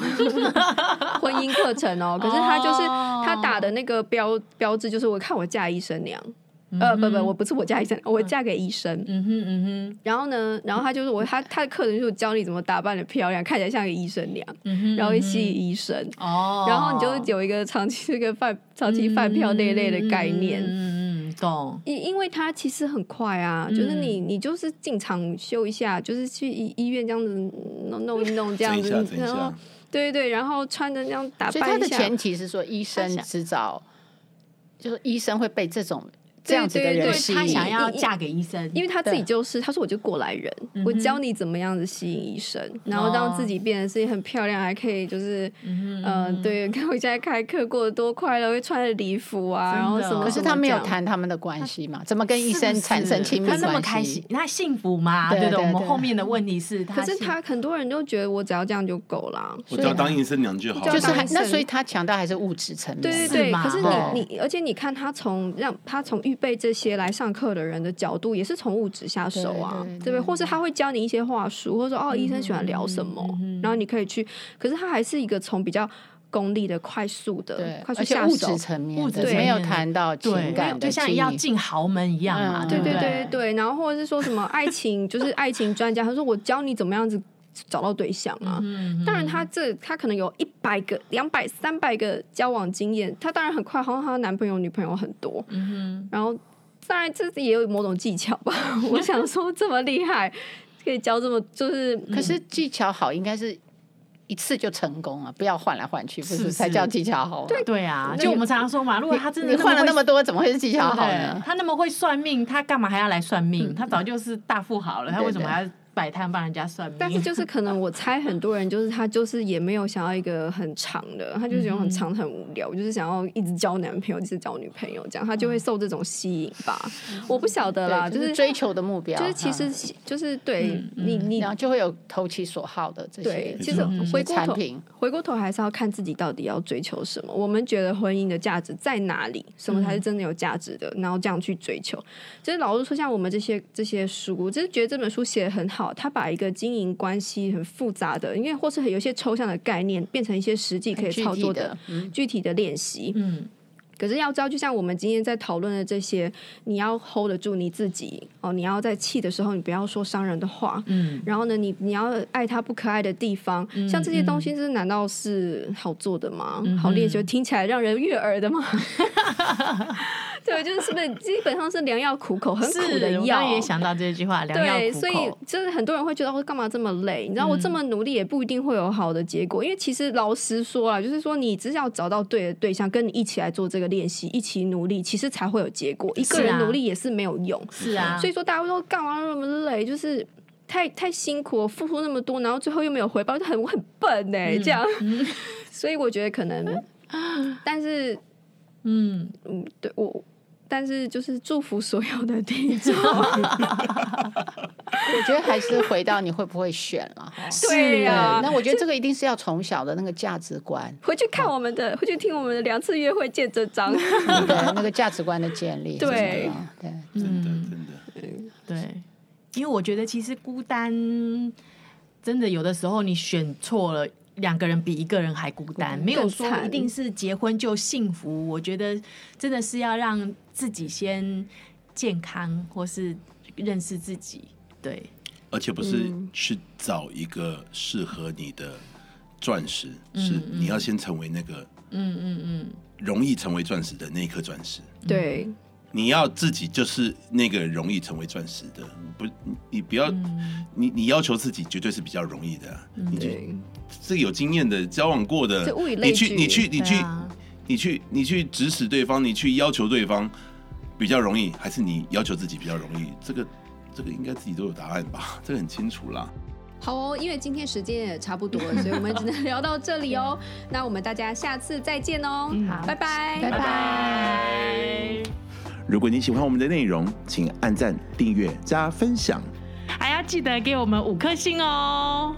婚姻课程哦，可是他就是哦他打的那个标标志就是我看我嫁医生娘，呃不不，我不是我嫁医生，我嫁给医生，嗯哼嗯然后呢，然后他就是我，他他的课程就是教你怎么打扮的漂亮，看起来像个医生娘，哼，嗯哼，然后会吸引医生，哦，嗯然后你就有一个长期这个饭长期饭票那一类的概念。嗯嗯嗯，懂。因因为它其实很快啊，就是你你就是进场修一下，就是去医医院这样子弄弄一弄这等样一 子下，等然一，后哦下，对对，然后穿着那样啊打所以他扮的一下前，提是说，医生只找，就是医生会被这种这对样子的对人对吸他引。想要嫁给医生，因为他自己对就是他说我就过来人，我教你怎么样子吸引医生，然后让自己变得自己很漂亮，还可以就是嗯呃，对，看我现在开课过得多快乐，会穿着礼服啊，真的然后什么，可是什么他没有这样，谈他们的关系嘛？怎么跟医是不生产生是亲密他关系？那么开心，那幸福嘛？对对对我们对后面的问题是，可是他很多人都觉得我只要这样就够了，我只要当医生娘就好了，就是还当医那，生所以他强调还是物质层面。对是对对。嘛可是哦你你，而且你看他从让他从预备这些来上课的人的角度，也是从物质下手啊，对对对不对？或是他会教你一些话术，或者说哦，医生喜欢聊什嗯么，然后你可以去。可是他还是一个从比较功利的、快速对的、，快速而且下物手质。层面的，物质层没有面的谈到情对，感的就像经要营进豪门一样嘛，嗯啊对对不对对对对，然后或者是说什么爱情， 就是爱情专家，他说我教你怎么样子找到对象啊。嗯当然他这他可能有一百个、两百、三百个交往经验，他当然很快，好像他男朋友女朋友很多，嗯然后当然这也有某种技巧吧。 我想说这么厉害，可以教这么就是，可是技巧好，应该是一次就成功啊了，不要换来换去，不是是是才叫技巧好啊。对对啊！那就我们常常说嘛，如果他真的你换了那么会多，怎么会是技巧对不好对呢？嗯他那么会算命，他干嘛还要来算命？他早就是大富豪了，他对为什么对还要摆摊帮人家算命？但嗯是就是可能我猜很多人就是他就是也没有想要一个很长的，他就是有嗯很长的很无聊，就是想要一直交男朋友，一直交女朋友这样，他就会受这种吸引吧。我不晓得啦，嗯对，就是是追求的目标，就是其嗯实就是对你你然后就会有投其所好的嗯这些对，其实嗯这些回过产头品，回过头还是要看自己到底要追求什么。我们觉得婚姻的价值在哪里？什么才是真的有价值的？然后这样去追求。就是老实说，像我们这些这些书，我就是觉得这本书写的很好，它把一个经营关系很复杂的，因为或是有一些抽象的概念，变成一些实际可以具操体作的的具体的练习。嗯，可是要知道，就像我们今天在讨论的这些，你要 hold 得住你自己哦。你要在气的时候，你不要说伤人的话。嗯，然后呢，你你要爱他不可爱的地方，像这些嗯东西，是难道是好做的吗？好练就听起来让人悦耳的吗？ 对，就是是不是基本上是良药苦口，很苦是的我药刚。刚也想到这句话，良药对，苦所以口。嗯就是很多人会觉得哦我干嘛这么累？你知道我这么努力也不一定会有好的结果，因为其实老实说啦，就是说你只要找到对的对象，跟你一起来做这个练习，一起努力，其实才会有结果。一个是人啊努力也是没有用。是啊，所以说大家会说干嘛那么累？就是。太太辛苦，付出那么多，然后最后又没有回报，就很我很笨哎、这样。 所以我觉得可能，但是嗯，嗯，对我，但是就是祝福所有的听众，我觉得还是回到你会不会选了、哈对呀、对啊那我觉得这个一定是要从小的那个价值 观，回去看我们的，回去听我们的两次约会见这章。对那个价值观的建立，对是这样对。真的嗯真的。对，因为我觉得其实孤单真的有的时候你选错了。两个人比一个人还孤单，嗯没有更说惨一定是结婚就幸福。我觉得真的是要让自己先健康，或是认识自己。对，而且不是嗯去找一个适合你的钻石，是你要先成为那个嗯嗯嗯，容易成为钻石的那一颗钻石。对，你要自己就是那个容易成为钻石的，不，你你不要，嗯你你要求自己绝对是比较容易的啊、你就对，这个有经验的、交往过的这物以，类你去聚你去你去对啊你去你去指使对方，你去要求对方比较容易，还是你要求自己比较容易？这个这个应该自己都有答案吧？ 这个很清楚啦。好哦，因为今天时间也差不多了，所以我们只能聊到这里哦。那我们大家下次再见哦，好拜拜，拜拜拜。如果你喜欢我们的内容，请按赞、订阅、加分享。还要记得给我们五颗星哦。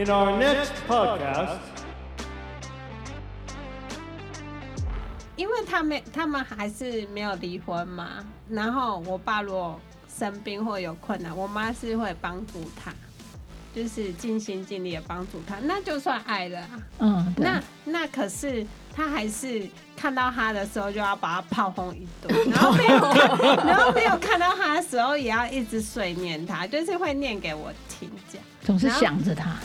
In our next podcast, 因为他们他们还是没有离婚嘛，然后我爸如果生病或有困难，我妈是会帮助他，就是尽心尽力的帮助他，那就算爱了啊。嗯，那那可是他还是看到他的时候就要把他炮轰一顿，然后没有看，然后没有看到他的时候也要一直碎念他，就是会念给我听这样。总是想着他，